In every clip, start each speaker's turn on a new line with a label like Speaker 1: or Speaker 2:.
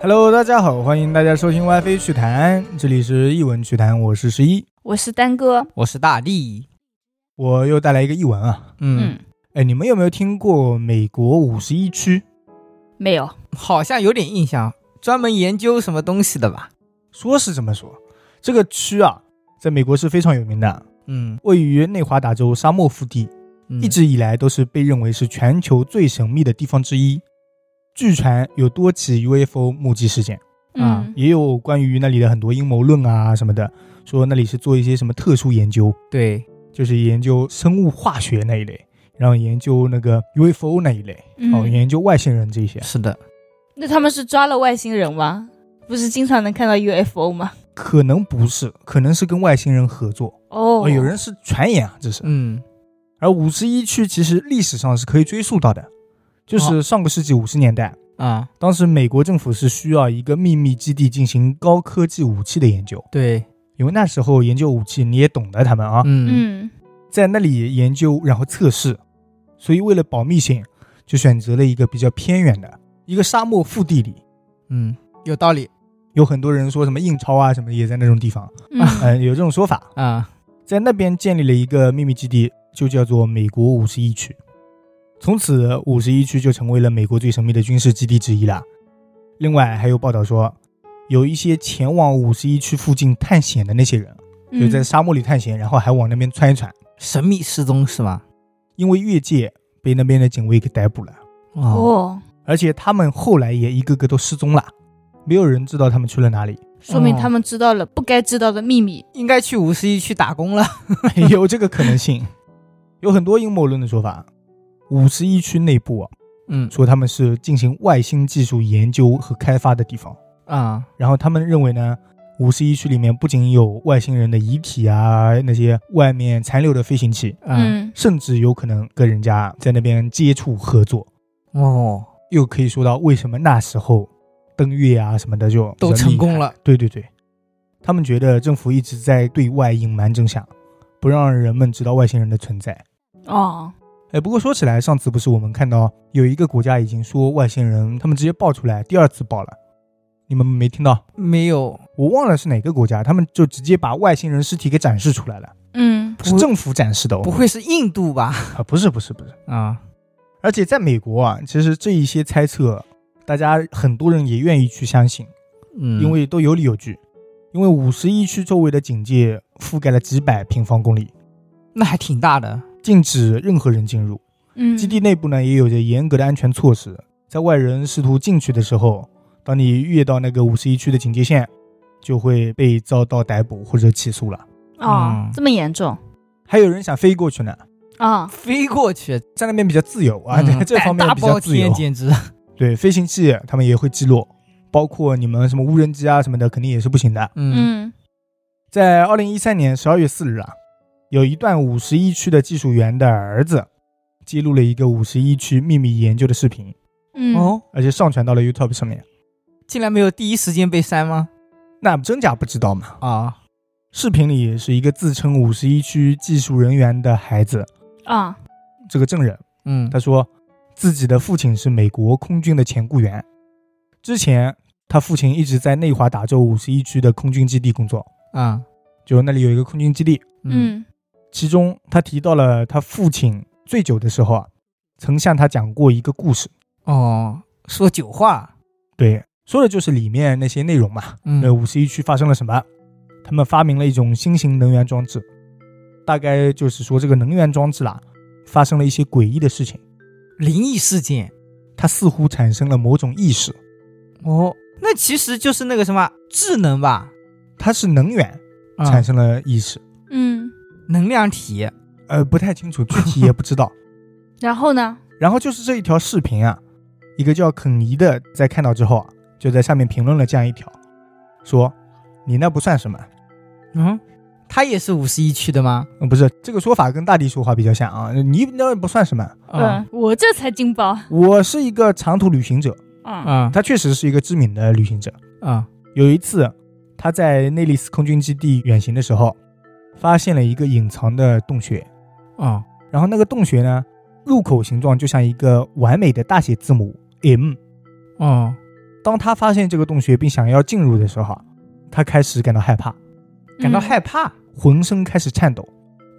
Speaker 1: Hello，大家好，欢迎大家收听 WiFi 趣谈，这里是译文趣谈，我是十一，
Speaker 2: 我是丹哥，
Speaker 3: 我是大力。
Speaker 1: 我又带来一个译文啊。
Speaker 3: 嗯，
Speaker 2: 嗯，
Speaker 1: 哎，你们有没有听过美国五十一区？
Speaker 2: 没有，
Speaker 3: 好像有点印象，专门研究什么东西的吧？
Speaker 1: 说是这么说，这个区啊，在美国是非常有名的，
Speaker 3: 嗯，
Speaker 1: 位于内华达州沙漠腹地，
Speaker 3: 嗯
Speaker 1: 一直以来都是被认为是全球最神秘的地方之一。据传有多起 UFO 目击事件，
Speaker 3: 啊
Speaker 2: 嗯，
Speaker 1: 也有关于那里的很多阴谋论啊什么的，说那里是做一些什么特殊研究，
Speaker 3: 对，
Speaker 1: 就是研究生物化学那一类，然后研究那个 UFO 那一类，
Speaker 2: 嗯
Speaker 1: 哦，研究外星人这些。
Speaker 3: 是的，
Speaker 2: 那他们是抓了外星人吗？不是经常能看到 UFO 吗？
Speaker 1: 可能不是，可能是跟外星人合作。
Speaker 2: 哦，
Speaker 1: 哦，有人是传言啊，这是。
Speaker 3: 嗯，
Speaker 1: 而五十一区其实历史上是可以追溯到的，就是上个世纪五十年代，
Speaker 3: 啊，
Speaker 1: 当时美国政府是需要一个秘密基地进行高科技武器的研究，
Speaker 3: 对，
Speaker 1: 因为那时候研究武器你也懂得，他们啊，
Speaker 3: 嗯
Speaker 2: 嗯
Speaker 1: 在那里研究然后测试，所以为了保密性，就选择了一个比较偏远的一个沙漠腹地里。
Speaker 3: 嗯，有道理
Speaker 1: 有很多人说什么印钞啊什么的也在那种地方，
Speaker 2: 嗯
Speaker 1: 嗯，有这种说法。
Speaker 3: 啊。
Speaker 1: 在那边建立了一个秘密基地，就叫做美国五十一区。从此，五十一区就成为了美国最神秘的军事基地之一了。另外，还有报道说，有一些前往五十一区附近探险的那些人，
Speaker 2: 嗯，
Speaker 1: 就在沙漠里探险，然后还往那边窜一窜，
Speaker 3: 神秘失踪是吗？
Speaker 1: 因为越界被那边的警卫给逮捕了，
Speaker 3: 哦，
Speaker 2: 哦，
Speaker 1: 而且他们后来也一个个都失踪了，没有人知道他们去了哪里。
Speaker 2: 说
Speaker 3: 哦
Speaker 2: 明他们知道了不该知道的秘密。
Speaker 3: 应该去五十一区打工了。
Speaker 1: 有这个可能性，有很多阴谋论的说法。五十一区内部啊，
Speaker 3: 嗯
Speaker 1: 说他们是进行外星技术研究和开发的地方。
Speaker 3: 啊，
Speaker 1: 然后他们认为呢，五十一区里面不仅有外星人的遗体啊，那些外面残留的飞行器，
Speaker 3: 嗯，
Speaker 1: 甚至有可能跟人家在那边接触合作。
Speaker 3: 哦，
Speaker 1: 又可以说到为什么那时候登月啊什么的就
Speaker 3: 都
Speaker 1: 比较厉害
Speaker 3: 成功了。
Speaker 1: 对对对，他们觉得政府一直在对外隐瞒真相，不让人们知道外星人的存在。
Speaker 2: 哦，
Speaker 1: 哎，不过说起来，上次不是我们看到有一个国家已经说外星人，他们直接爆出来，第二次爆了，你们没听到？
Speaker 3: 没有，
Speaker 1: 我忘了是哪个国家，他们就直接把外星人尸体给展示出来了，
Speaker 2: 嗯
Speaker 1: 是政府展示的哦，
Speaker 3: 不会是印度吧？
Speaker 1: 啊，不是不是不是，
Speaker 3: 啊，
Speaker 1: 而且在美国啊，其实这一些猜测，大家很多人也愿意去相信，
Speaker 3: 嗯
Speaker 1: 因为都有理有据，因为五十一区周围的警戒覆盖了几百平方公里，
Speaker 3: 那还挺大的。
Speaker 1: 禁止任何人进入。
Speaker 2: 嗯，
Speaker 1: 基地内部呢也有着严格的安全措施，在外人试图进去的时候，当你越到那个五十一区的警戒线，就会被遭到逮捕或者起诉了。
Speaker 2: 哦
Speaker 3: 嗯，
Speaker 2: 这么严重
Speaker 1: 还有人想飞过去呢，
Speaker 2: 啊？
Speaker 3: 飞过去
Speaker 1: 在那边比较自由啊，
Speaker 3: 嗯
Speaker 1: 对 这方面
Speaker 3: 胆大
Speaker 1: 比较
Speaker 3: 包
Speaker 1: 自由
Speaker 3: 天，。简直
Speaker 1: 对，飞行器他们也会击落，包括你们什么无人机啊什么的，肯定也是不行的。
Speaker 3: 嗯
Speaker 2: 嗯
Speaker 1: 在二零一三年十二月四日啊，有一段五十一区的技术员的儿子记录了一个五十一区秘密研究的视频，
Speaker 2: 嗯，
Speaker 3: 哦，
Speaker 1: 而且上传到了 YouTube 上面。
Speaker 3: 竟然没有第一时间被删吗？
Speaker 1: 那真假不知道嘛？
Speaker 3: 啊，
Speaker 1: 视频里是一个自称五十一区技术人员的孩子，
Speaker 2: 啊，
Speaker 1: 这个证人
Speaker 3: 嗯
Speaker 1: 他说，自己的父亲是美国空军的前雇员，之前他父亲一直在内华达州五十一区的空军基地工作，
Speaker 3: 啊，
Speaker 1: 就那里有一个空军基地。
Speaker 2: 嗯
Speaker 1: 其中他提到了他父亲醉酒的时候啊，曾向他讲过一个故事，
Speaker 3: 哦，说酒话，
Speaker 1: 对，说的就是里面那些内容嘛。那
Speaker 3: 嗯
Speaker 1: 五十一区发生了什么？他们发明了一种新型能源装置，大概就是说这个能源装置啦，发生了一些诡异的事情，
Speaker 3: 灵异事件
Speaker 1: 它似乎产生了某种意识，
Speaker 3: 哦，那其实就是那个什么智能吧，
Speaker 1: 它是能源
Speaker 3: 啊
Speaker 1: 产生了意识，
Speaker 2: 嗯，
Speaker 3: 能量体，
Speaker 1: 呃，不太清楚，具体也不知 道。
Speaker 2: 然后呢？
Speaker 1: 然后就是这一条视频啊，一个叫肯尼的在看到之后啊，就在下面评论了这样一条，说你那不算什么，
Speaker 3: 嗯，它也是五十一区的吗？
Speaker 1: 嗯，不是这个说法跟大地说话比较像啊，你那不算什么，
Speaker 3: 啊
Speaker 2: 嗯，我这才惊爆
Speaker 1: 我是一个长途旅行者。
Speaker 2: 啊！
Speaker 3: 啊
Speaker 1: 他确实是一个知名的旅行者。
Speaker 3: 啊
Speaker 1: 有一次，他在内利斯空军基地远行的时候，发现了一个隐藏的洞穴，
Speaker 3: 啊
Speaker 1: 然后那个洞穴呢，入口形状就像一个完美的大写字母 M，
Speaker 3: 哦，
Speaker 1: 当他发现这个洞穴并想要进入的时候啊，他开始感到害怕，
Speaker 3: 感到
Speaker 2: 嗯
Speaker 3: 害怕。
Speaker 1: 浑身开始颤抖，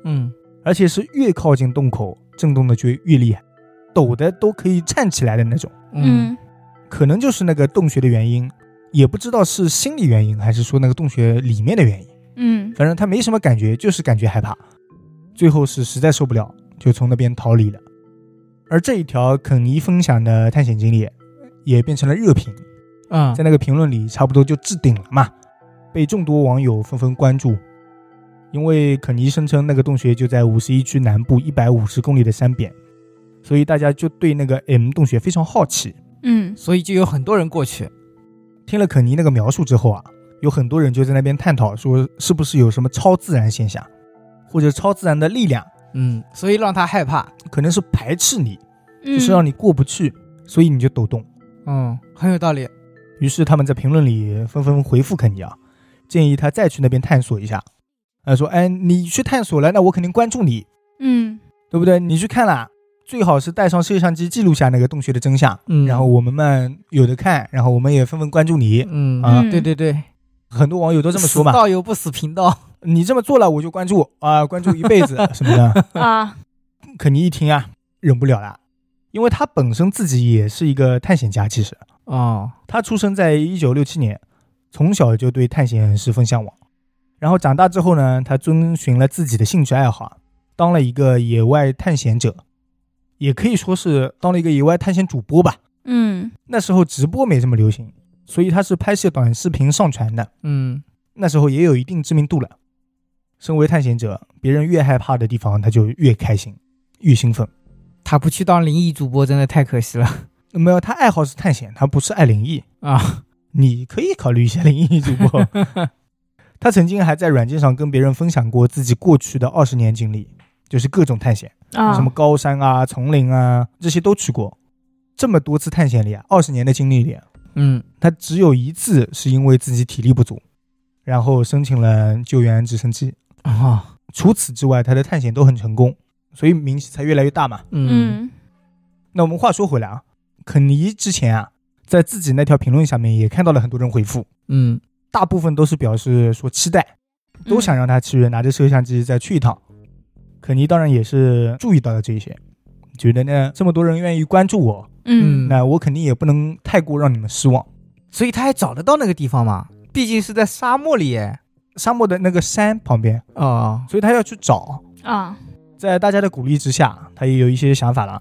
Speaker 3: 嗯，
Speaker 1: 而且是越靠近洞口，震动的就越厉害，抖的都可以站起来的那种。
Speaker 3: 嗯，
Speaker 1: 可能就是那个洞穴的原因，也不知道是心理原因还是说那个洞穴里面的原因，
Speaker 2: 嗯
Speaker 1: 反正他没什么感觉，就是感觉害怕。最后是实在受不了，就从那边逃离了。而这一条肯尼分享的探险经历，也变成了热评，
Speaker 2: 嗯
Speaker 3: 啊
Speaker 1: 在那个评论里差不多就置顶了嘛，被众多网友纷纷关注。因为肯尼声称那个洞穴就在五十一区南部一百五十公里的山边，所以大家就对那个 M 洞穴非常好奇。
Speaker 2: 嗯
Speaker 3: 所以就有很多人过去。
Speaker 1: 听了肯尼那个描述之后啊，有很多人就在那边探讨说，是不是有什么超自然现象，或者超自然的力量，
Speaker 3: 嗯，所以让他害怕。
Speaker 1: 可能是排斥你，
Speaker 2: 嗯，
Speaker 1: 就是让你过不去，所以你就抖动。
Speaker 3: 嗯，很有道理。
Speaker 1: 于是他们在评论里纷纷回复肯尼啊，建议他再去那边探索一下。他说：“哎，你去探索了，那我肯定关注你，
Speaker 2: 嗯
Speaker 1: 对不对？你去看啦，最好是带上摄像机记录下那个洞穴的真相，
Speaker 3: 嗯
Speaker 1: 然后我们们有的看，然后我们也纷纷关注你。
Speaker 3: 嗯
Speaker 1: 啊
Speaker 3: 对对对，
Speaker 1: 很多网友都这么说嘛
Speaker 3: 死，道友不死贫道。
Speaker 1: 你这么做了，我就关注啊、关注一辈 子什么的。”
Speaker 2: 啊
Speaker 1: 肯尼一听啊，忍不了了，因为他本身自己也是一个探险家。其实
Speaker 3: 哦，
Speaker 1: 他出生在一九六七年，从小就对探险十分向往。然后长大之后呢，他遵循了自己的兴趣爱好啊，当了一个野外探险者，也可以说是当了一个野外探险主播吧。
Speaker 2: 嗯
Speaker 1: 那时候直播没这么流行，所以他是拍摄短视频上传的，
Speaker 3: 嗯
Speaker 1: 那时候也有一定知名度了。身为探险者，别人越害怕的地方，他就越开心，越兴奋。
Speaker 3: 他不去当灵异主播真的太可惜了
Speaker 1: 没有，他爱好是探险，他不是爱灵异。
Speaker 3: 啊！
Speaker 1: 你可以考虑一下灵异主播。他曾经还在软件上跟别人分享过自己过去的二十年经历，就是各种探险，
Speaker 2: 啊
Speaker 1: 什么高山啊、丛林啊这些都去过。这么多次探险里啊，二十年的经历里啊，
Speaker 3: 嗯
Speaker 1: 他只有一次是因为自己体力不足，然后申请了救援直升机。
Speaker 3: 啊
Speaker 1: 除此之外，他的探险都很成功，所以名气才越来越大嘛。
Speaker 3: 嗯
Speaker 2: 嗯
Speaker 1: 那我们话说回来啊，肯尼之前啊，在自己那条评论下面也看到了很多人回复，
Speaker 3: 嗯
Speaker 1: 大部分都是表示说期待，都想让他去拿着摄像机再去一趟。肯尼当然也是注意到了这一些，觉得呢这么多人愿意关注我，
Speaker 2: 嗯
Speaker 3: 嗯
Speaker 1: 那我肯定也不能太过让你们失望。
Speaker 3: 所以他还找得到那个地方吗？毕竟是在沙漠里耶。
Speaker 1: 沙漠的那个山旁边，
Speaker 3: 哦，
Speaker 1: 所以他要去找。
Speaker 2: 啊
Speaker 1: 在大家的鼓励之下，他也有一些想法了，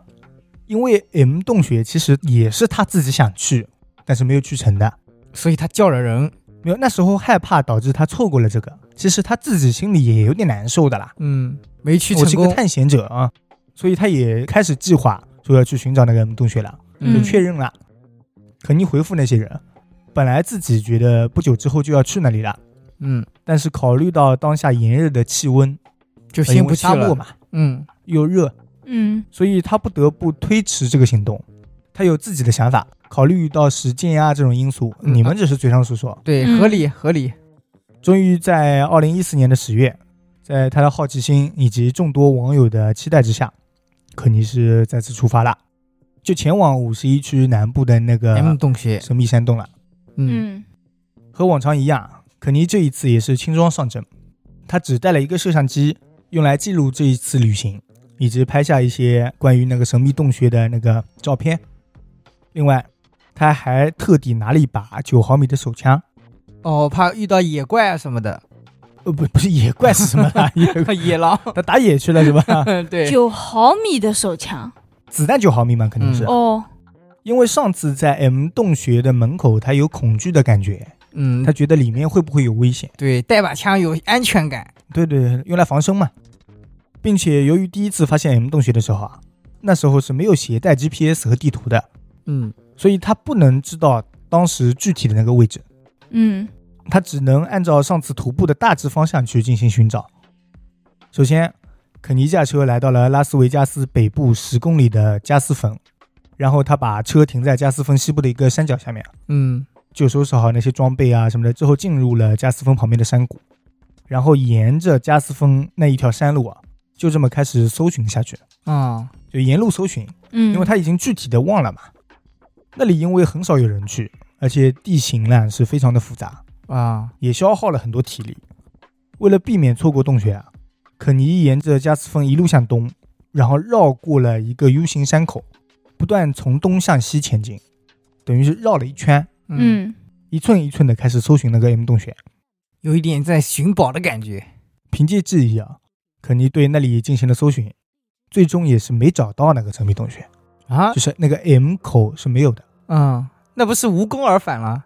Speaker 1: 因为 M 洞穴其实也是他自己想去，但是没有去成的。
Speaker 3: 所以他叫了人。
Speaker 1: 没有，那时候害怕导致他错过了这个。其实他自己心里也有点难受的啦。
Speaker 3: 嗯，没去
Speaker 1: 我
Speaker 3: 成
Speaker 1: 是个
Speaker 3: 功。
Speaker 1: 探险者啊，所以他也开始计划说要去寻找那个洞穴了，
Speaker 2: 嗯
Speaker 1: 就确认了。肯尼回复那些人，本来自己觉得不久之后就要去那里了，
Speaker 3: 嗯，
Speaker 1: 但是考虑到当下炎热的气温，
Speaker 3: 就
Speaker 1: 哎因
Speaker 3: 先
Speaker 1: 为
Speaker 3: 不去
Speaker 1: 沙漠
Speaker 3: 了。
Speaker 1: 嘛，
Speaker 3: 嗯
Speaker 1: 又热，
Speaker 2: 嗯
Speaker 1: 所以他不得不推迟这个行动。他有自己的想法，考虑到时间啊这种因素，
Speaker 3: 嗯
Speaker 1: 你们只是嘴上说说，
Speaker 3: 对，
Speaker 2: 嗯
Speaker 3: 合理合理。
Speaker 1: 终于在二零一四年的十月，在他的好奇心以及众多网友的期待之下，肯尼是再次出发了，就前往五十一区南部的那
Speaker 3: M
Speaker 1: 个
Speaker 3: 洞穴。
Speaker 1: 神秘山洞了。
Speaker 3: 嗯
Speaker 2: 嗯
Speaker 1: 和往常一样，肯尼这一次也是轻装上阵，他只带了一个摄像机，用来记录这一次旅行，以及拍下一些关于那个神秘洞穴的那个照片。另外，他还特地拿了一把九毫米的手枪，
Speaker 3: 哦，怕遇到野怪啊什么的，
Speaker 1: 呃，不，不是野怪是什么 啦？野怪，
Speaker 3: 野狼。嗯
Speaker 1: 他打野去了是吧？
Speaker 3: 对，
Speaker 2: 九毫米的手枪
Speaker 1: 子弹九毫米嘛，肯定是、
Speaker 3: 嗯
Speaker 2: 哦
Speaker 1: 因为上次在 M 洞穴的门口，他有恐惧的感觉，
Speaker 3: 嗯，
Speaker 1: 他觉得里面会不会有危险？
Speaker 3: 对，带把枪有安全感。
Speaker 1: 对对对，用来防身嘛。并且由于第一次发现 M 洞穴的时候啊，那时候是没有携带 GPS 和地图的，
Speaker 3: 嗯
Speaker 1: 所以他不能知道当时具体的那个位置，
Speaker 2: 嗯
Speaker 1: 他只能按照上次徒步的大致方向去进行寻找。首先，肯尼驾车来到了拉斯维加斯北部十公里的加斯坟，然后他把车停在加斯坟西部的一个山脚下面。
Speaker 3: 嗯
Speaker 1: 就收拾好那些装备啊什么的之后，进入了加斯峰旁边的山谷，然后沿着加斯峰那一条山路啊，就这么开始搜寻下去，
Speaker 3: 啊
Speaker 1: 就沿路搜寻，
Speaker 2: 嗯，
Speaker 1: 因为他已经具体的忘了嘛。那里因为很少有人去，而而且地形呢是非常的复杂，
Speaker 3: 啊，
Speaker 1: 也消耗了很多体力。为了避免错过洞穴啊，肯尼沿着加斯峰一路向东，然后绕过了一个 U 型山口，不断从东向西前进，等于是绕了一圈，
Speaker 3: 嗯，
Speaker 2: 嗯，
Speaker 1: 一寸一寸的开始搜寻那个 M 洞穴。
Speaker 3: 有一点在寻宝的感觉。
Speaker 1: 凭借记忆啊，肯尼对那里进行了搜寻，最终也是没找到那个神秘洞穴，
Speaker 3: 啊
Speaker 1: 就，是那个 M 口是没有的。
Speaker 3: 嗯，那不是无功而返了？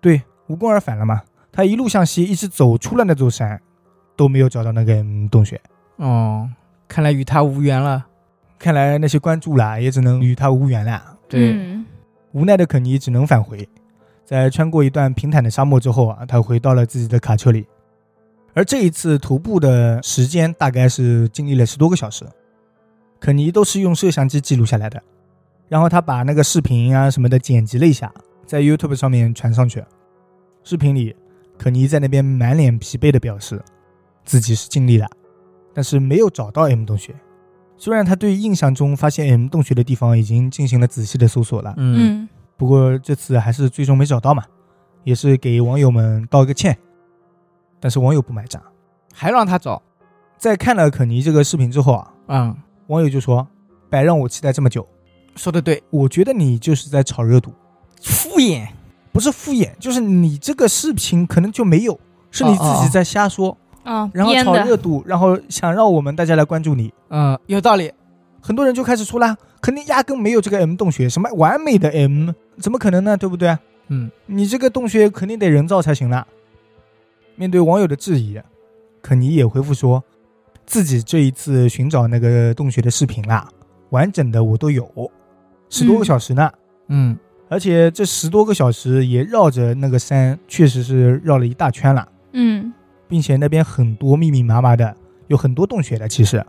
Speaker 1: 对，无功而返了嘛。他一路向西，一直走出了那座山，都没有找到那个 M 洞穴。
Speaker 3: 哦，看来与他无缘了。
Speaker 1: 看来那些关注啦，也只能与他无缘啦。
Speaker 2: 嗯
Speaker 1: 无奈的肯尼只能返回，在穿过一段平坦的沙漠之后啊，他回到了自己的卡车里。而这一次徒步的时间大概是经历了十多个小时，肯尼都是用摄像机记录下来的，然后他把那个视频啊什么的剪辑了一下，在 YouTube 上面传上去。视频里，肯尼在那边满脸疲惫的表示，自己是尽力了，但是没有找到 M 洞穴。虽然他对印象中发现 M 洞穴的地方已经进行了仔细的搜索了，
Speaker 3: 嗯
Speaker 2: 嗯
Speaker 1: 不过这次还是最终没找到嘛，也是给网友们道个歉。但是网友不买账，
Speaker 3: 还让他找。
Speaker 1: 在看了肯尼这个视频之后啊，
Speaker 3: 嗯，
Speaker 1: 网友就说：“白让我期待这么久，
Speaker 3: 说的对，
Speaker 1: 我觉得你就是在炒热度，
Speaker 3: 敷衍。
Speaker 1: 不是敷衍，就是你这个视频可能就没有，是你自己在瞎说，
Speaker 2: 啊，
Speaker 1: 然后
Speaker 2: 编
Speaker 1: 炒热
Speaker 2: 的，
Speaker 1: 度，然后想让我们大家来关注你。
Speaker 3: 嗯，有道理。
Speaker 1: 很多人就开始说啦，肯定压根没有这个 M 洞穴，什么完美的 M，怎么可能呢？对不对？
Speaker 3: 嗯，
Speaker 1: 你这个洞穴肯定得人造才行啦。面对网友的质疑，肯尼也回复说，自己这一次寻找那个洞穴的视频啦，完整的我都有，十多个小时呢。
Speaker 3: 嗯
Speaker 1: 而且这十多个小时也绕着那个山，确实是绕了一大圈了，
Speaker 2: 嗯
Speaker 1: 并且那边很多密密麻麻的，有很多洞穴的，其实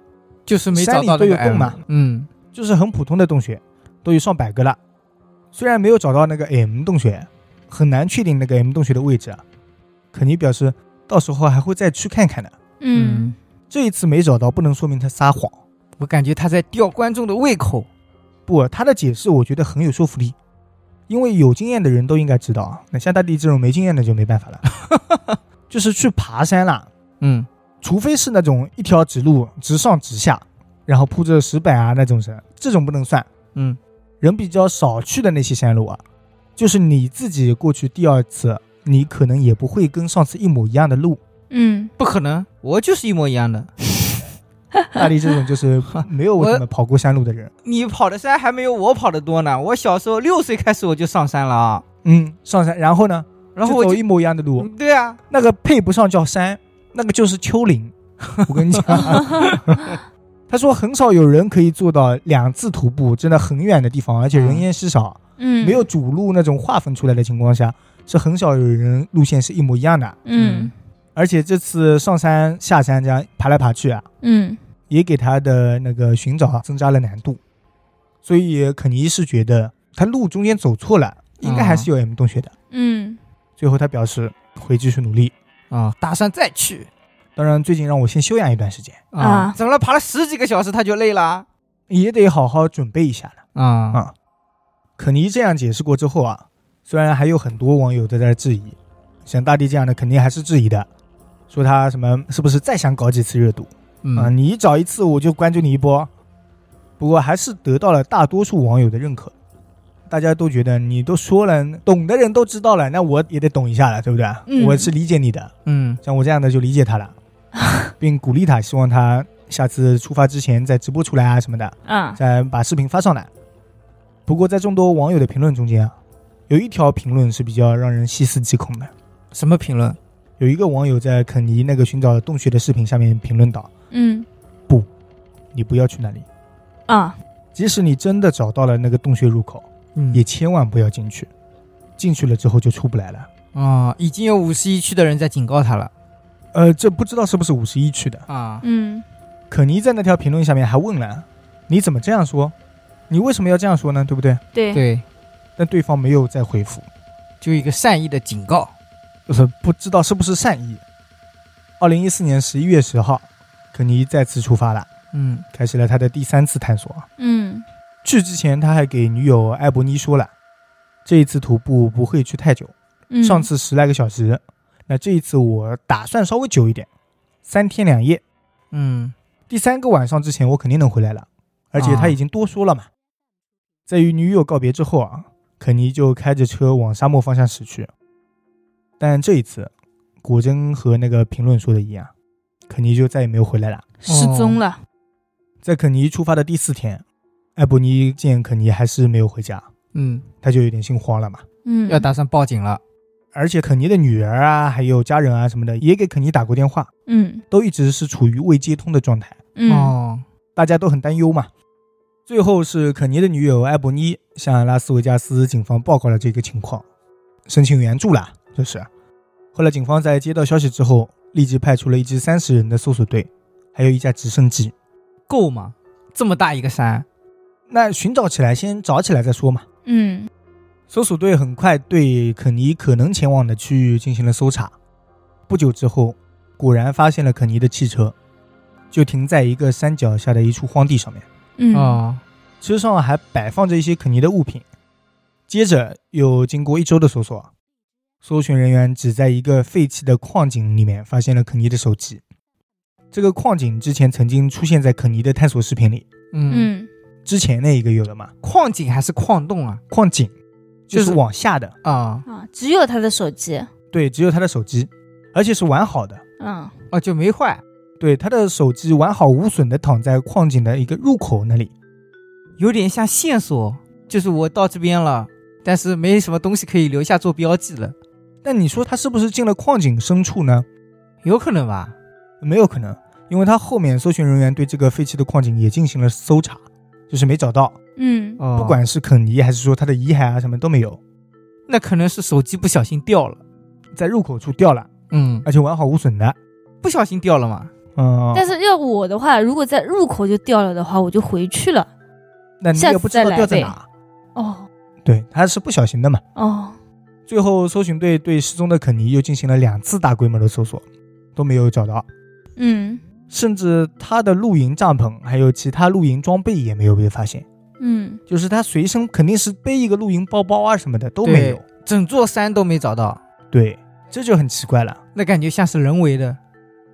Speaker 3: 就是没找到那
Speaker 1: 山里都
Speaker 3: 个
Speaker 1: 有洞嘛
Speaker 3: M 嗯
Speaker 1: 就是很普通的洞穴，都有上百个了。虽然没有找到那个 M 洞穴，很难确定那个 M 洞穴的位置啊。肯尼表示，到时候还会再去看看的。
Speaker 2: 嗯，
Speaker 1: 这一次没找到，不能说明他撒谎。
Speaker 3: 我感觉他在吊观众的胃口。
Speaker 1: 不，他的解释我觉得很有说服力，因为有经验的人都应该知道啊。那像大地这种没经验的就没办法了， 就是去爬山啦，
Speaker 3: 嗯
Speaker 1: 除非是那种一条直路直上直下，然后铺着石板啊那种山，这种不能算。
Speaker 3: 嗯
Speaker 1: 人比较少去的那些山路啊，就是你自己过去第二次，你可能也不会跟上次一模一样的 路。
Speaker 2: 嗯
Speaker 3: 不可能，我就是一模一样的。
Speaker 1: 大力这种就是没有怎么跑过山路的人，
Speaker 3: 你跑的山还没有我跑的多呢。我小时候六岁开始我就上山了啊，
Speaker 1: 嗯，上山，然后呢，
Speaker 3: 然后我
Speaker 1: 就
Speaker 3: 就
Speaker 1: 走一模一样的路，
Speaker 3: 嗯对啊，
Speaker 1: 那个配不上叫山，那个就是丘 陵。我跟你讲，他说很少有人可以做到两次徒步，真的很远的地方，而且人烟稀少，
Speaker 2: 嗯，
Speaker 1: 没有主路那种划分出来的情况下，是很少有人路线是一模一样的。
Speaker 2: 嗯
Speaker 1: 而且这次上山下山这样爬来爬去啊，
Speaker 2: 嗯
Speaker 1: 也给他的那个寻找啊增加了难度。所以肯尼是觉得他路中间走错了，应该还是有 M 洞穴的。
Speaker 2: 嗯
Speaker 1: 最后他表示会继续努力，
Speaker 3: 啊，打算再去
Speaker 1: 当然最近让我先休养一段时间，
Speaker 2: 啊
Speaker 3: 怎么了？爬了十几个小时他就累了
Speaker 1: 也得好好准备一下了。
Speaker 3: 啊
Speaker 1: 啊肯尼这样解释过之后啊，虽然还有很多网友在这质疑，像大地这样的肯定还是质疑的，说他什么是不是再想搞几次热度？啊，
Speaker 3: 嗯
Speaker 1: 你找一次我就关注你一波。不过还是得到了大多数网友的认可，大家都觉得你都说了，懂的人都知道了，那我也得懂一下了，对不对？
Speaker 2: 嗯
Speaker 1: 我是理解你的，
Speaker 3: 嗯
Speaker 1: 像我这样的就理解他了，并鼓励他，希望他下次出发之前再直播出来啊什么的，
Speaker 2: 啊，
Speaker 1: 再把视频发上来。不过在众多网友的评论中间啊，有一条评论是比较让人细思极恐的。
Speaker 3: 什么评论？
Speaker 1: 有一个网友在肯尼那个寻找洞穴的视频下面评论道
Speaker 2: 嗯：“
Speaker 1: 你不要去那里。”
Speaker 2: 啊，
Speaker 1: 即使你真的找到了那个洞穴入口，
Speaker 3: 嗯
Speaker 1: 也千万不要进去。进去了之后就出不来了。
Speaker 3: 啊，已经有五十一区的人在警告他了
Speaker 1: 呃，这不知道是不是五十一区的。
Speaker 3: 啊。
Speaker 2: 嗯
Speaker 1: 肯尼在那条评论下面还问了：“你怎么这样说？你为什么要这样说呢？对不对
Speaker 2: 对，
Speaker 3: 对，？”
Speaker 1: 但对方没有再回复，
Speaker 3: 就一个善意的警告。
Speaker 1: 就是不知道是不是善意。二零一四年十一月十号，肯尼再次出发了，
Speaker 3: 嗯
Speaker 1: 开始了他的第三次探索。
Speaker 2: 嗯
Speaker 1: 去之前，他还给女友艾伯妮说了，这一次徒步不会去太久，
Speaker 2: 嗯
Speaker 1: 上次十来个小时，那这一次我打算稍微久一点，三天两夜。
Speaker 3: 嗯
Speaker 1: 第三个晚上之前我肯定能回来了，而且他已经多说了嘛。在与女友告别之后啊，肯尼就开着车往沙漠方向驶去。但这一次，果真和那个评论说的一样，肯尼就再也没有回来了。
Speaker 2: 失踪了，
Speaker 1: 在肯尼出发的第四天，艾伯尼见肯尼还是没有回家，
Speaker 3: 嗯，
Speaker 1: 他就有点心慌了嘛。
Speaker 2: 嗯，
Speaker 3: 要打算报警了。
Speaker 1: 而且肯尼的女儿啊，还有家人啊什么的，也给肯尼打过电话，
Speaker 2: 嗯
Speaker 1: 都一直是处于未接通的状态，
Speaker 2: 嗯
Speaker 3: 哦，
Speaker 1: 大家都很担忧嘛。最后是肯尼的女友艾伯妮向拉斯维加斯警方报告了这个情况，申请援助啦，这是。后来警方在接到消息之后，立即派出了一支三十人的搜索队，还有一架直升机。
Speaker 3: 够吗？这么大一个山，
Speaker 1: 那寻找起来，先找起来再说嘛。
Speaker 2: 嗯
Speaker 1: 搜索队很快对肯尼可能前往的区域进行了搜查。不久之后，果然发现了肯尼的汽车，就停在一个山脚下的一处荒地上面，
Speaker 2: 嗯
Speaker 3: 哦，
Speaker 1: 车上还摆放着一些肯尼的物品。接着又经过一周的搜索，搜寻人员只在一个废弃的矿井里面发现了肯尼的手机。这个矿井之前曾经出现在肯尼的探索视频里，
Speaker 3: 嗯，
Speaker 2: 嗯
Speaker 1: 之前那一个有的嘛，
Speaker 3: 矿井还是矿洞啊？
Speaker 1: 矿井就
Speaker 3: 就是是
Speaker 1: 往下的，
Speaker 3: 啊，
Speaker 2: 啊，只有他的手机，
Speaker 1: 对，只有他的手机，而且是完好的。
Speaker 2: 嗯
Speaker 3: 哦，就没坏。
Speaker 1: 对，他的手机完好无损的躺在矿井的一个入口那里。
Speaker 3: 有点像线索，就是我到这边了，但是没什么东西可以留下做标记了，
Speaker 1: 但你说他是不是进了矿井深处呢？
Speaker 3: 有可能吧？
Speaker 1: 没有可能，因为他后面搜寻人员对这个废弃的矿井也进行了搜查，就是没找到，
Speaker 2: 嗯
Speaker 3: 哦，
Speaker 1: 不，管是肯尼还是说他的遗骸啊什么都没有，
Speaker 3: 那可能是手机不小心掉了，
Speaker 1: 在入口处掉了，
Speaker 3: 嗯，
Speaker 1: 而且完好无损的。
Speaker 3: 不小心掉了嘛？
Speaker 1: 嗯，
Speaker 2: 但是要我的话，如果在入口就掉了的话，我就回去了。
Speaker 1: 那你也不知道掉在
Speaker 2: 下
Speaker 1: 哪。
Speaker 2: 哦
Speaker 1: 对，他是不小心的嘛。
Speaker 2: 哦，
Speaker 1: 最后，搜寻队对失踪的肯尼又进行了两次大规模的搜索，都没有找到。
Speaker 2: 嗯
Speaker 1: 甚至他的露营帐篷还有其他露营装备也没有被发现，
Speaker 2: 嗯
Speaker 1: 就是他随身肯定是背一个露营包包啊什么的都没有。
Speaker 3: 整座山都没找到，
Speaker 1: 对，这就很奇怪了。
Speaker 3: 那感觉像是人为的。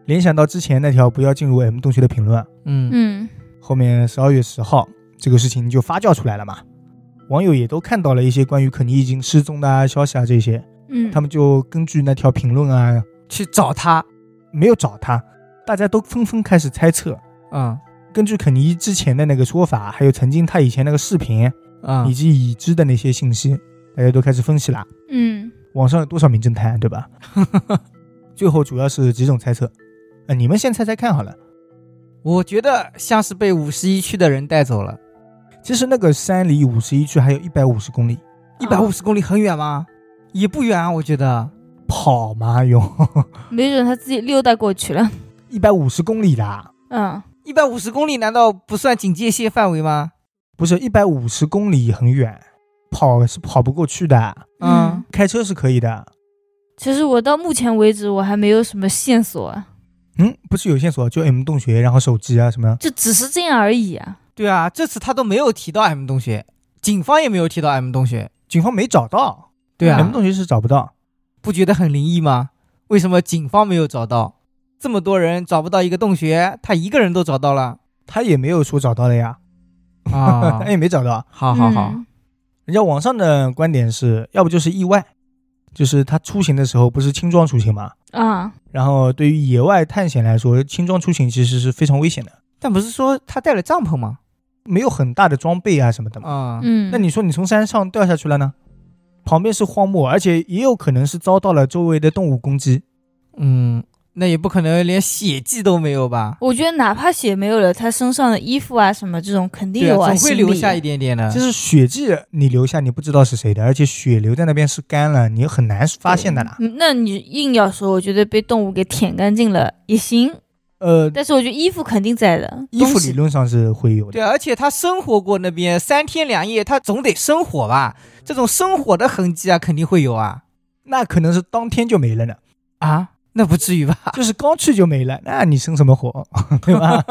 Speaker 1: 联想到之前那条不要进入 M 洞穴的评论，
Speaker 3: 嗯，
Speaker 2: 嗯
Speaker 1: 后面十二月十号这个事情就发酵出来了嘛，网友也都看到了一些关于肯尼已经失踪的啊消息啊这些，
Speaker 2: 嗯，
Speaker 1: 他们就根据那条评论啊
Speaker 3: 去找他，
Speaker 1: 没有找他，大家都纷纷开始猜测。
Speaker 3: 嗯
Speaker 1: 根据肯尼之前的那个说法，还有曾经他以前那个视频，以
Speaker 3: 嗯，
Speaker 1: 及已知的那些信息，大家都开始分析啦。
Speaker 2: 嗯
Speaker 1: 网上有多少名侦探，对吧？ 最后主要是几种猜测，呃，你们先猜猜看好了。
Speaker 3: 我觉得像是被五十一区的人带走了，
Speaker 1: 其实那个山离五十一区还有一百五十公里，
Speaker 3: 一百五十公里很远吗？也不远啊，我觉得。
Speaker 1: 跑嘛用
Speaker 2: 哦没准他自己溜达过去了。
Speaker 1: 一百五十公里啦，
Speaker 2: 嗯
Speaker 3: 一百五十公里难道不算警戒线范围吗？
Speaker 1: 不是一百五十公里很远，跑是跑不过去的，
Speaker 3: 嗯
Speaker 2: 嗯，
Speaker 1: 开车是可以的。
Speaker 2: 其实我到目前为止我还没有什么线索啊，
Speaker 1: 嗯，不是有线索，就 M 洞穴，然后手机啊什么，
Speaker 2: 就只是这样而已啊。
Speaker 3: 对啊，这次他都没有提到 M 同学，警方也没有提到 M 同学。
Speaker 1: 警方没找到嗯
Speaker 3: 对
Speaker 1: ，M
Speaker 3: 啊，
Speaker 1: 洞穴是找不到。
Speaker 3: 不觉得很灵异吗？为什么警方没有找到？这么多人找不到一个洞穴，他一个人都找到了
Speaker 1: 他也没有说找到了呀，
Speaker 3: 啊
Speaker 1: 他也没找到，
Speaker 3: 好好好，
Speaker 2: 嗯
Speaker 1: 人家网上的观点是要不就是意外，就是他出行的时候不是轻装出行嘛。
Speaker 2: 啊，
Speaker 1: 然后对于野外探险来说，轻装出行其实是非常危险的，
Speaker 3: 但不是说他带了帐篷吗？
Speaker 1: 没有很大的装备啊什么的嘛。
Speaker 3: 啊、
Speaker 2: 嗯，
Speaker 1: 那你说你从山上掉下去了呢？旁边是荒漠，而且也有可能是遭到了周围的动物攻击。
Speaker 3: 嗯，那也不可能连血迹都没有吧？
Speaker 2: 我觉得哪怕血没有了，他身上的衣服啊什么这种肯定
Speaker 3: 对啊，
Speaker 2: 有啊，
Speaker 3: 总会留下
Speaker 2: 心
Speaker 3: 一
Speaker 2: 里
Speaker 3: 点点的。
Speaker 1: 就是血迹你留下，你不知道是谁的，而且血留在那边是干了，你很难发现
Speaker 3: 啊
Speaker 1: 的啦。
Speaker 2: 嗯那你硬要说，我觉得被动物给舔干净了也行，
Speaker 1: 呃，
Speaker 2: 但是我觉得衣服肯定在的，
Speaker 1: 衣服
Speaker 2: 嗯东
Speaker 1: 理
Speaker 2: 西
Speaker 1: 论上是会有的，
Speaker 3: 对啊，而且他生活过那边三天两夜，他总得生火吧？这种生火的痕迹啊，肯定会有啊
Speaker 1: 那可能是当天就没了呢。
Speaker 3: 啊，那不至于吧？
Speaker 1: 就是刚去就没了，那你生什么火，对吧？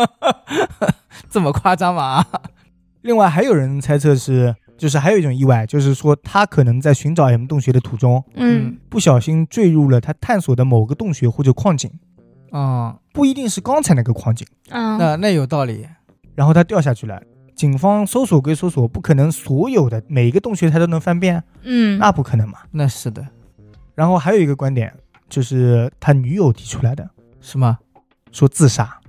Speaker 3: 这么夸张吗？
Speaker 1: 另外还有人猜测是就是还有一种意外，就是说他可能在寻找 M 洞穴的途中，
Speaker 2: 嗯
Speaker 1: 不小心坠入了他探索的某个洞穴或者矿井，
Speaker 3: 啊、
Speaker 1: 不一定是刚才那个矿井。
Speaker 2: 嗯
Speaker 3: 那那有道理。
Speaker 1: 然后他掉下去了。警方搜索归搜索，不可能所有的每一个洞穴他都能翻遍，
Speaker 2: 嗯
Speaker 1: 那不可能嘛。
Speaker 3: 那是的，
Speaker 1: 然后还有一个观点，就是他女友提出来的，
Speaker 3: 是吗？
Speaker 1: 说自杀。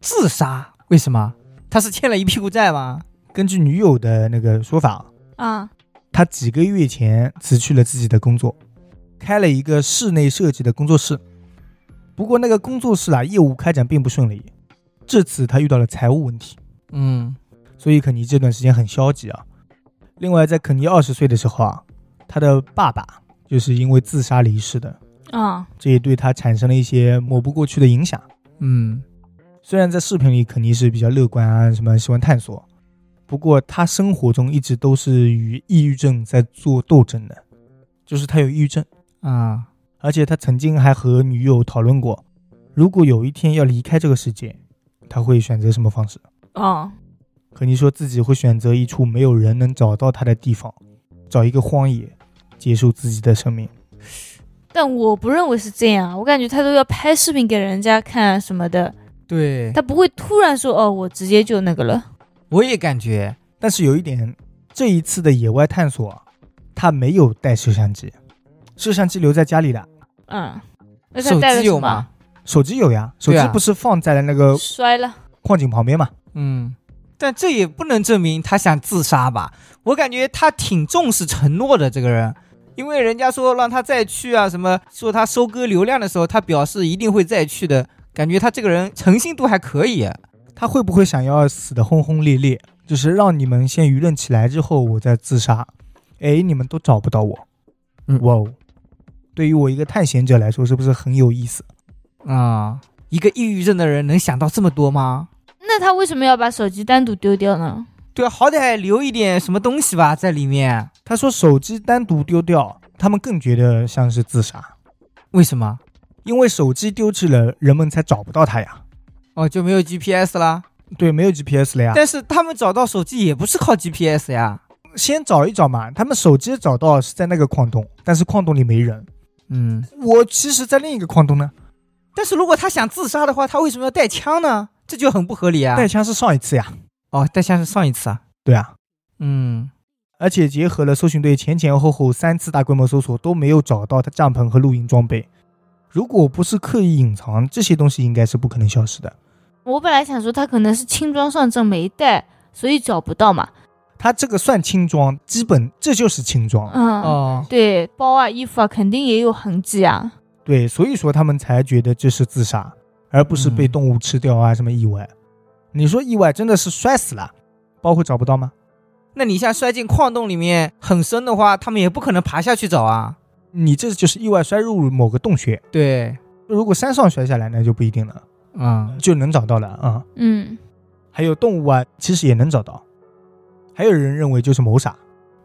Speaker 3: 自杀？为什么？他是欠了一屁股债吗？
Speaker 1: 根据女友的那个说法，
Speaker 2: 啊
Speaker 1: 他几个月前辞去了自己的工作，开了一个室内设计的工作室。不过那个工作室啊，业务开展并不顺利，至此他遇到了财务问题，
Speaker 3: 嗯，
Speaker 1: 所以肯尼这段时间很消极啊。另外，在肯尼二十岁的时候啊，他的爸爸就是因为自杀离世的，
Speaker 2: 啊
Speaker 1: 这也对他产生了一些抹不过去的影响。
Speaker 3: 嗯，
Speaker 1: 虽然在视频里肯定是比较乐观啊，什么喜欢探索，不过他生活中一直都是与抑郁症在做斗争的，就是他有抑郁症，
Speaker 3: 啊，
Speaker 1: 而且他曾经还和女友讨论过，如果有一天要离开这个世界，他会选择什么方式？
Speaker 2: 哦
Speaker 1: 肯尼说自己会选择一处没有人能找到他的地方，找一个荒野，结束自己的生命。
Speaker 2: 但我不认为是这样，我感觉他都要拍视频给人家看什么的，
Speaker 3: 对，
Speaker 2: 他不会突然说哦，我直接就那个了。
Speaker 3: 我也感觉，
Speaker 1: 但是有一点，这一次的野外探索啊，他没有带摄像机，摄像机留在家里了。
Speaker 2: 嗯，那他
Speaker 3: 手
Speaker 2: 带了
Speaker 3: 机有
Speaker 2: 什
Speaker 3: 吗
Speaker 2: 么？？
Speaker 1: 手机有呀，手机
Speaker 3: 对啊
Speaker 1: 不是放在了那个
Speaker 2: 摔了。
Speaker 1: 矿井旁边嘛？
Speaker 3: 嗯，但这也不能证明他想自杀吧？我感觉他挺重视承诺的这个人，因为人家说让他再去啊，什么说他收割流量的时候，他表示一定会再去的，感觉他这个人诚信度还可以。
Speaker 1: 他会不会想要死得轰轰烈烈，就是让你们先舆论起来之后，我再自杀？哎，你们都找不到我，
Speaker 3: 嗯
Speaker 1: 哇哦！对于我一个探险者来说，是不是很有意思？
Speaker 3: 啊、一个抑郁症的人能想到这么多吗？
Speaker 2: 那他为什么要把手机单独丢掉呢？
Speaker 3: 对啊，好歹留一点什么东西吧在里面。
Speaker 1: 他说手机单独丢掉，他们更觉得像是自杀，
Speaker 3: 为什么？
Speaker 1: 因为手机丢弃了，人们才找不到他呀。
Speaker 3: 哦，就没有 GPS 啦。
Speaker 1: 对，没有 GPS 了呀，
Speaker 3: 但是他们找到手机也不是靠 GPS 呀。
Speaker 1: 先找一找嘛。他们手机找到是在那个矿洞，但是矿洞里没人。
Speaker 3: 嗯，
Speaker 1: 我其实，在另一个矿洞呢，
Speaker 3: 但是如果他想自杀的话，他为什么要带枪呢？这就很不合理啊。
Speaker 1: 带枪是上一次呀，
Speaker 3: 哦，带枪是上一次啊。
Speaker 1: 对啊，
Speaker 3: 嗯，
Speaker 1: 而且结合了搜寻队前前后后三次大规模搜索都没有找到他帐篷和露营装备。如果不是刻意隐藏，这些东西应该是不可能消失的。
Speaker 2: 我本来想说他可能是轻装上阵没带，所以找不到嘛。
Speaker 1: 他这个算轻装，基本这就是轻装。
Speaker 2: 嗯，
Speaker 3: 哦，
Speaker 2: 对，包啊、衣服啊，肯定也有痕迹啊。
Speaker 1: 对，所以说他们才觉得这是自杀，而不是被
Speaker 3: 嗯
Speaker 1: 动物吃掉啊、什么意外。你说意外真的是摔死了，包会找不到吗？
Speaker 3: 那你像摔进矿洞里面很深的话，他们也不可能爬下去找啊。
Speaker 1: 你这就是意外摔入某个洞穴。
Speaker 3: 对，
Speaker 1: 如果山上摔下来，那就不一定了，
Speaker 3: 嗯，
Speaker 1: 就能找到了啊。嗯
Speaker 2: 嗯，
Speaker 1: 还有动物啊，其实也能找到。还有人认为就是谋杀，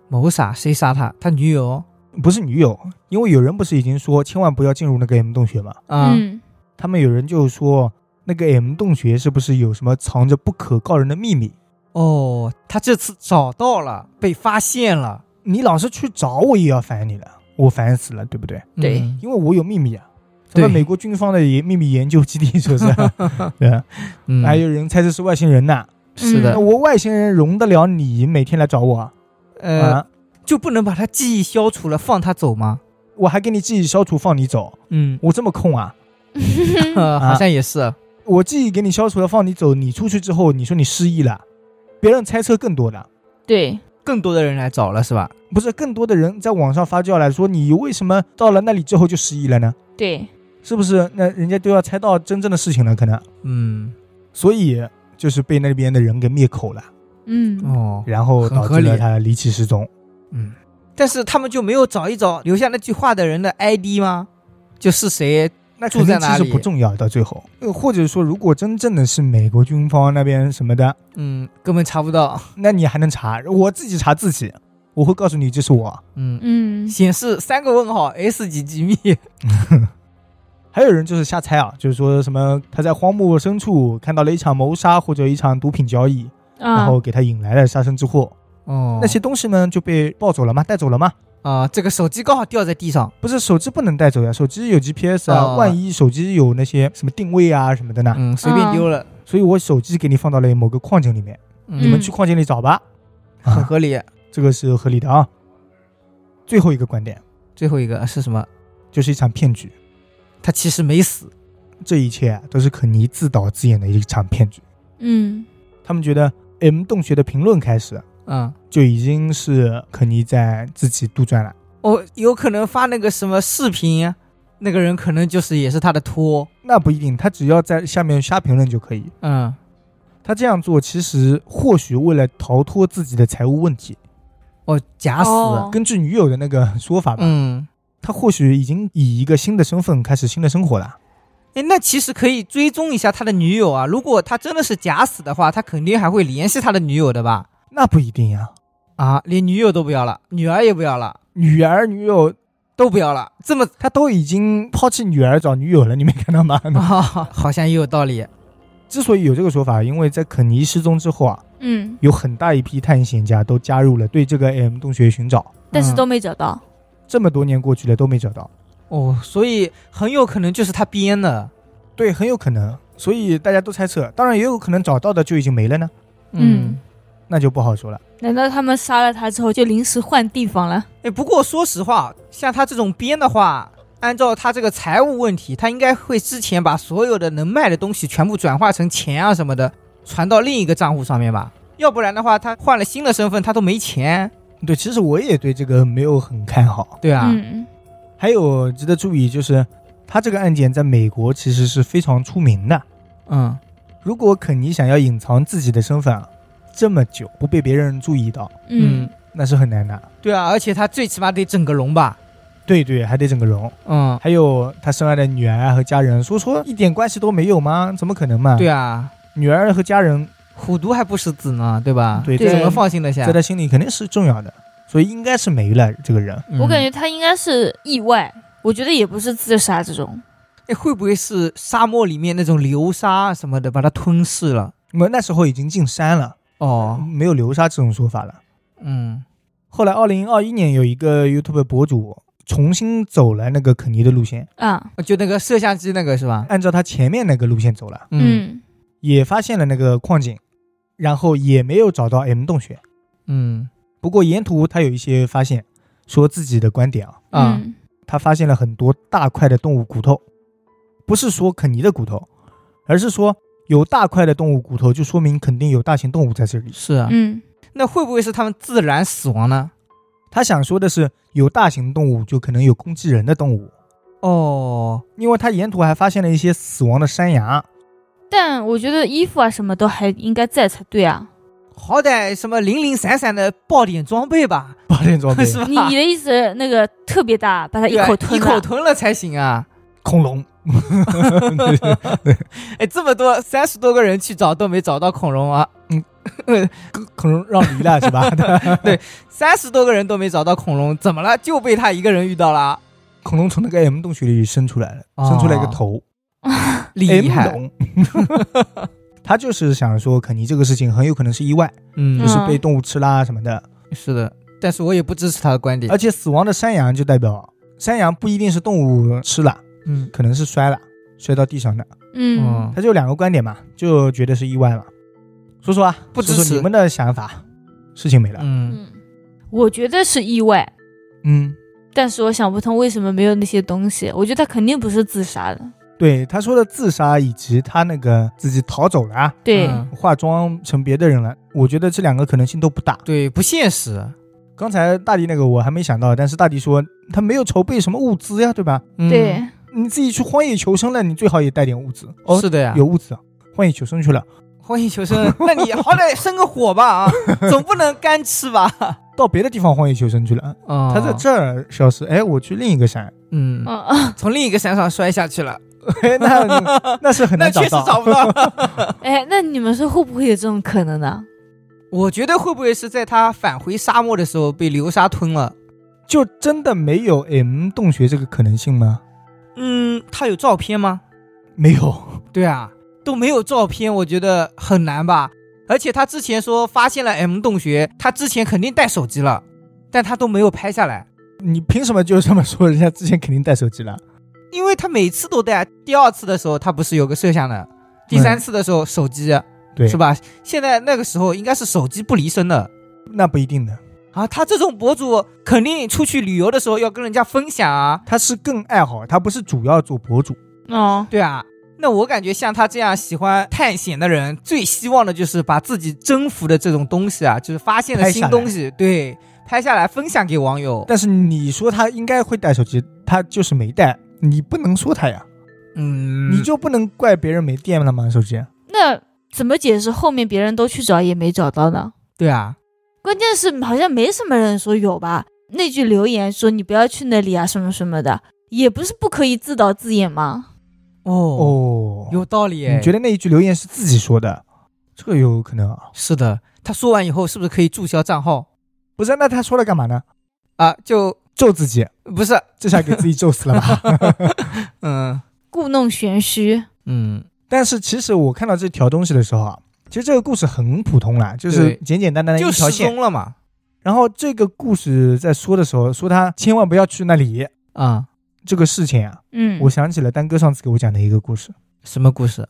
Speaker 3: 谋杀谁杀他？他女友
Speaker 1: 不是女友，因为有人不是已经说千万不要进入那个 M 洞穴嘛？
Speaker 3: 啊、
Speaker 2: 嗯，
Speaker 1: 他们有人就说那个 M 洞穴是不是有什么藏着不可告人的秘密？
Speaker 3: 哦，他这次找到了，被发现了。
Speaker 1: 你老是去找我也要烦你了，我烦死了，对不对？
Speaker 2: 对
Speaker 3: 嗯
Speaker 1: 因为我有秘密啊。咱
Speaker 3: 对
Speaker 1: 们美国军方的研秘密研究基地 是不是？对啊，
Speaker 3: 嗯
Speaker 1: 还有人猜这是外星人呐、
Speaker 3: 是
Speaker 1: 那
Speaker 3: 的，
Speaker 1: 我外星人容得了你每天来找我啊？
Speaker 2: 嗯
Speaker 3: 呃，
Speaker 1: 啊，
Speaker 3: 就不能把他记忆消除了，放他走吗？
Speaker 1: 我还给你记忆消除放你走，
Speaker 3: 嗯，
Speaker 1: 我这么空啊？
Speaker 2: 嗯
Speaker 3: 呃，
Speaker 1: 啊
Speaker 3: 好像也是。
Speaker 1: 我记忆给你消除了，放你走，你出去之后，你说你失忆了，别人猜测更多的，
Speaker 2: 对，
Speaker 3: 更多的人来找了是吧？
Speaker 1: 不是更多的人在网上发酵来说，你为什么到了那里之后就失忆了呢？
Speaker 2: 对，
Speaker 1: 是不是？那人家都要猜到真正的事情了，可能，
Speaker 3: 嗯，
Speaker 1: 所以就是被那边的人给灭口了，
Speaker 2: 嗯，
Speaker 3: 哦，
Speaker 1: 然后导致
Speaker 3: 很合
Speaker 1: 了
Speaker 3: 理
Speaker 1: 他离奇失踪。
Speaker 3: 嗯，但是他们就没有找一找留下那句话的人的 ID 吗？就是谁？
Speaker 1: 那
Speaker 3: 住在哪里
Speaker 1: 肯定其实不重要，到最后，呃或者说，如果真正的是美国军方那边什么的，
Speaker 3: 嗯，根本查不到。
Speaker 1: 那你还能查？我自己查自己，我会告诉你这是我。
Speaker 3: 嗯，
Speaker 2: 嗯，
Speaker 3: 显示三个问号，S 几几密。
Speaker 1: 还有人就是瞎猜啊，就是说什么他在荒漠深处看到了一场谋杀或者一场毒品交易，然
Speaker 2: 啊
Speaker 1: 后，给他引来了杀身之祸。
Speaker 3: 哦，
Speaker 1: 那些东西呢就被抱走了嘛，带走了嘛。
Speaker 3: 啊、这个手机刚好掉在地上，
Speaker 1: 不是手机不能带走呀，手机有 GPS 啊，
Speaker 3: 哦
Speaker 1: 万一手机有那些什么定位啊什么的呢？
Speaker 3: 嗯，随便丢了，
Speaker 1: 所以我手机给你放到了某个矿井里面，
Speaker 2: 你
Speaker 1: 你
Speaker 3: 嗯
Speaker 1: 们，去矿井里找吧。
Speaker 3: 很
Speaker 1: 啊，
Speaker 3: 合理。
Speaker 1: 这个是合理的啊。最后一个观点
Speaker 3: 最后一个啊是什么？
Speaker 1: 就是一场骗局，
Speaker 3: 他其实没死，
Speaker 1: 这一切啊都是肯尼自导自演的一场骗局。
Speaker 2: 嗯
Speaker 1: 他们觉得 M 洞穴的评论开始
Speaker 3: 嗯，
Speaker 1: 就已经是肯尼在自己杜撰了。
Speaker 3: 哦，有可能发那个什么视频，那个人可能就是也是他的托，
Speaker 1: 那不一定，他只要在下面瞎评论就可以。
Speaker 3: 嗯，
Speaker 1: 他这样做其实或许为了逃脱自己的财务问题，
Speaker 3: 哦，假死，
Speaker 2: 哦
Speaker 1: 根据女友的那个说法吧，
Speaker 3: 嗯，
Speaker 1: 他或许已经以一个新的身份开始新的生活了。
Speaker 3: 哎，那其实可以追踪一下他的女友啊，如果他真的是假死的话，他肯定还会联系他的女友的吧？
Speaker 1: 那不一定呀，
Speaker 3: 啊，连女友都不要了，女儿也不要了，
Speaker 1: 女儿、女友，
Speaker 3: 都不要了，这么
Speaker 1: 他都已经抛弃女儿找女友了，你没看到 吗？
Speaker 3: 啊、好像也有道理，
Speaker 1: 之所以有这个说法，因为在肯尼失踪之后啊，
Speaker 2: 嗯，
Speaker 1: 有很大一批探险家都加入了对这个 M 洞穴寻找，
Speaker 2: 但是
Speaker 3: 嗯
Speaker 2: 都没找到。
Speaker 1: 这么多年过去了都没找到，
Speaker 3: 哦，所以很有可能就是他编的，
Speaker 1: 对，很有可能，所以大家都猜测，当然也有可能找到的就已经没了呢，
Speaker 2: 嗯
Speaker 1: 那就不好说了。
Speaker 2: 难道他们杀了他之后就临时换地方了？
Speaker 3: 哎，不过说实话，像他这种编的话，按照他这个财务问题，他应该会之前把所有的能卖的东西全部转化成钱啊什么的，传到另一个账户上面吧。要不然的话，他换了新的身份，他都没钱，
Speaker 1: 对，其实我也对这个没有很看好。
Speaker 3: 对啊，
Speaker 2: 嗯
Speaker 1: 还有值得注意就是，他这个案件在美国其实是非常出名的。
Speaker 3: 嗯
Speaker 1: 如果肯尼想要隐藏自己的身份啊，这么久不被别人注意到，
Speaker 2: 嗯，
Speaker 1: 那是很难的。
Speaker 3: 对啊，而且他最起码得整个容吧，
Speaker 1: 对对，还得整个容，
Speaker 3: 嗯，
Speaker 1: 还有他深爱的女儿啊和家人，说说一点关系都没有吗？怎么可能嘛？
Speaker 3: 对
Speaker 1: 啊，
Speaker 3: 啊，
Speaker 1: 女儿和家人，
Speaker 3: 虎毒还不食子呢，啊对啊吧？
Speaker 1: 对
Speaker 3: 这
Speaker 2: 对
Speaker 3: 怎么放心得下
Speaker 1: 在？他心里肯定是重要的，所以应该是没了这个人。
Speaker 3: 嗯
Speaker 2: 我感觉他应该是意外，我觉得也不是自杀这种。
Speaker 3: 哎，会不会是沙漠里面那种流沙什么的把它吞噬了？
Speaker 1: 那么那时候已经进山了，
Speaker 3: 哦，
Speaker 1: 没有流沙这种说法了。
Speaker 3: 嗯，
Speaker 1: 后来，二零二一年有一个 YouTube 博主重新走了那个肯尼的路线，
Speaker 2: 啊，
Speaker 3: 哦就那个摄像机那个是吧？
Speaker 1: 按照他前面那个路线走了，
Speaker 2: 嗯
Speaker 1: 也发现了那个矿井，然后也没有找到 M 洞穴。
Speaker 3: 嗯
Speaker 1: 不过沿途他有一些发现，说自己的观点啊，
Speaker 3: 啊
Speaker 2: 嗯
Speaker 1: 他发现了很多大块的动物骨头，不是说肯尼的骨头，而是说有大块的动物骨头，就说明肯定有大型动物在这里。
Speaker 3: 是啊，
Speaker 2: 嗯
Speaker 3: 那会不会是他们自然死亡呢？
Speaker 1: 他想说的是，有大型动物就可能有攻击人的动物，
Speaker 3: 哦，
Speaker 1: 因为他沿途还发现了一些死亡的山羊。
Speaker 2: 但我觉得衣服啊什么都还应该在才对 啊。
Speaker 3: 好歹什么零零散散的爆点装备吧，
Speaker 1: 八点装备
Speaker 3: 是吧？
Speaker 2: 你你的意思那个特别大，把它一
Speaker 3: 对啊
Speaker 2: 口吞
Speaker 3: 一
Speaker 2: 了？
Speaker 3: 口吞了才行啊！
Speaker 1: 恐龙，
Speaker 3: 哎，这么多三十多个人去找都没找到恐龙啊，
Speaker 1: 嗯 恐龙让梨了是吧？
Speaker 3: 三十多个人都没找到恐龙，怎么了？就被他一个人遇到了，
Speaker 1: 恐龙从那个 M 洞穴里伸出来了，
Speaker 3: 哦
Speaker 1: 伸出来一个头，
Speaker 3: 厉害
Speaker 1: M！龙。哎 他就是想说，肯尼这个事情很有可能是意外，
Speaker 3: 嗯
Speaker 1: 就是被动物吃啦什么的。
Speaker 3: 是的，但是我也不支持他的观点。
Speaker 1: 而且死亡的山羊就代表山羊不一定是动物吃了，
Speaker 3: 嗯哦
Speaker 1: 可能是摔了，摔到地上的。
Speaker 2: 嗯，
Speaker 1: 他就两个观点嘛，就觉得是意外嘛。说说啊，
Speaker 3: 不支持
Speaker 1: 说说你们的想法，事情没了。
Speaker 3: 嗯，
Speaker 2: 嗯，我觉得是意外，
Speaker 1: 嗯，
Speaker 2: 但是我想不通为什么没有那些东西。我觉得他肯定不是自杀的，
Speaker 1: 对他说的自杀以及他那个自己逃走了啊，
Speaker 2: 对，
Speaker 3: 嗯
Speaker 1: 化妆成别的人了。我觉得这两个可能性都不大。
Speaker 3: 对，不现实。
Speaker 1: 刚才大迪那个我还没想到，但是大迪说他没有筹备什么物资呀，对吧？
Speaker 3: 嗯
Speaker 2: 对，，
Speaker 1: 你自己去荒野求生了，你最好也带点物资。哦，
Speaker 3: 是的啊呀。
Speaker 1: 有物资，荒野求生去了，
Speaker 3: 荒野求生，那你好歹生个火 吧啊，总不能干吃吧？
Speaker 1: 到别的地方荒野求生去了。
Speaker 3: 哦
Speaker 1: 他在这儿消失，哎，我去另一个山，
Speaker 3: 嗯，
Speaker 2: 嗯啊，
Speaker 3: 从另一个山上摔下去了，
Speaker 1: 哎，那那是很
Speaker 3: 那
Speaker 1: 难
Speaker 3: 确
Speaker 1: 找到。
Speaker 3: 实找不到 了。
Speaker 2: 哎，那你们说会不会有这种可能呢？
Speaker 3: 我觉得会不会是在他返回沙漠的时候被流沙吞了？
Speaker 1: 就真的没有 M 洞穴这个可能性吗？
Speaker 3: 嗯，他有照片吗？
Speaker 1: 没有，
Speaker 3: 对啊，都没有照片，我觉得很难吧。而且他之前说发现了 M 洞穴，他之前肯定带手机了，但他都没有拍下来，
Speaker 1: 你凭什么就这么说？人家之前肯定带手机了。
Speaker 3: 因为他每次都带。啊第二次的时候他不是有个摄像的，第三次的时候手机、
Speaker 1: 嗯对，
Speaker 3: 是？吧？现在那个时候应该是手机不离身的
Speaker 1: 那不一定的，
Speaker 3: 啊。他这种博主肯定出去旅游的时候要跟人家分享啊，
Speaker 1: 他是更爱好，他不是主要做博主。
Speaker 2: 哦，
Speaker 3: 对啊。那我感觉像他这样喜欢探险的人，最希望的就是把自己征服的这种东西啊，就是发现的
Speaker 1: 拍
Speaker 3: 新
Speaker 1: 下来
Speaker 3: 东西，对，拍下来分享给网友。
Speaker 1: 但是你说他应该会带手机，他就是没带，你不能说他呀，
Speaker 3: 嗯，
Speaker 1: 你就不能怪别人没电了吗？手机？
Speaker 2: 那怎么解释后面别人都去找也没找到呢？
Speaker 3: 对啊，
Speaker 2: 关键是好像没什么人说有吧？那句留言说你不要去那里啊，什么什么的，也不是不可以自导自演吗？
Speaker 3: 哦，
Speaker 1: 哦，
Speaker 3: 有道理诶。
Speaker 1: 你觉
Speaker 3: 得
Speaker 1: 得那一句留言是自己说的？这个有可能啊？
Speaker 3: 是的？他说完以后是不是可以注销账号
Speaker 1: 不是，那他说了干嘛呢？
Speaker 3: 啊？就
Speaker 1: 咒自己，
Speaker 3: 不是，
Speaker 1: 这下给自己咒死了吧？
Speaker 3: 嗯
Speaker 2: 故弄玄虚，
Speaker 3: 嗯，
Speaker 1: 但是其实我看到这条东西的时候啊，其实这个故事很普通啦，就是
Speaker 3: 对
Speaker 1: 简简单单的
Speaker 3: 就
Speaker 1: 一条
Speaker 3: 失
Speaker 1: 线。
Speaker 3: 踪了嘛。
Speaker 1: 然后这个故事在说的时候，说他千万不要去那里
Speaker 3: 啊、
Speaker 1: 这个事情啊，
Speaker 2: 嗯，
Speaker 1: 我想起了丹哥上次给我讲的一个故事。
Speaker 3: 什么故事？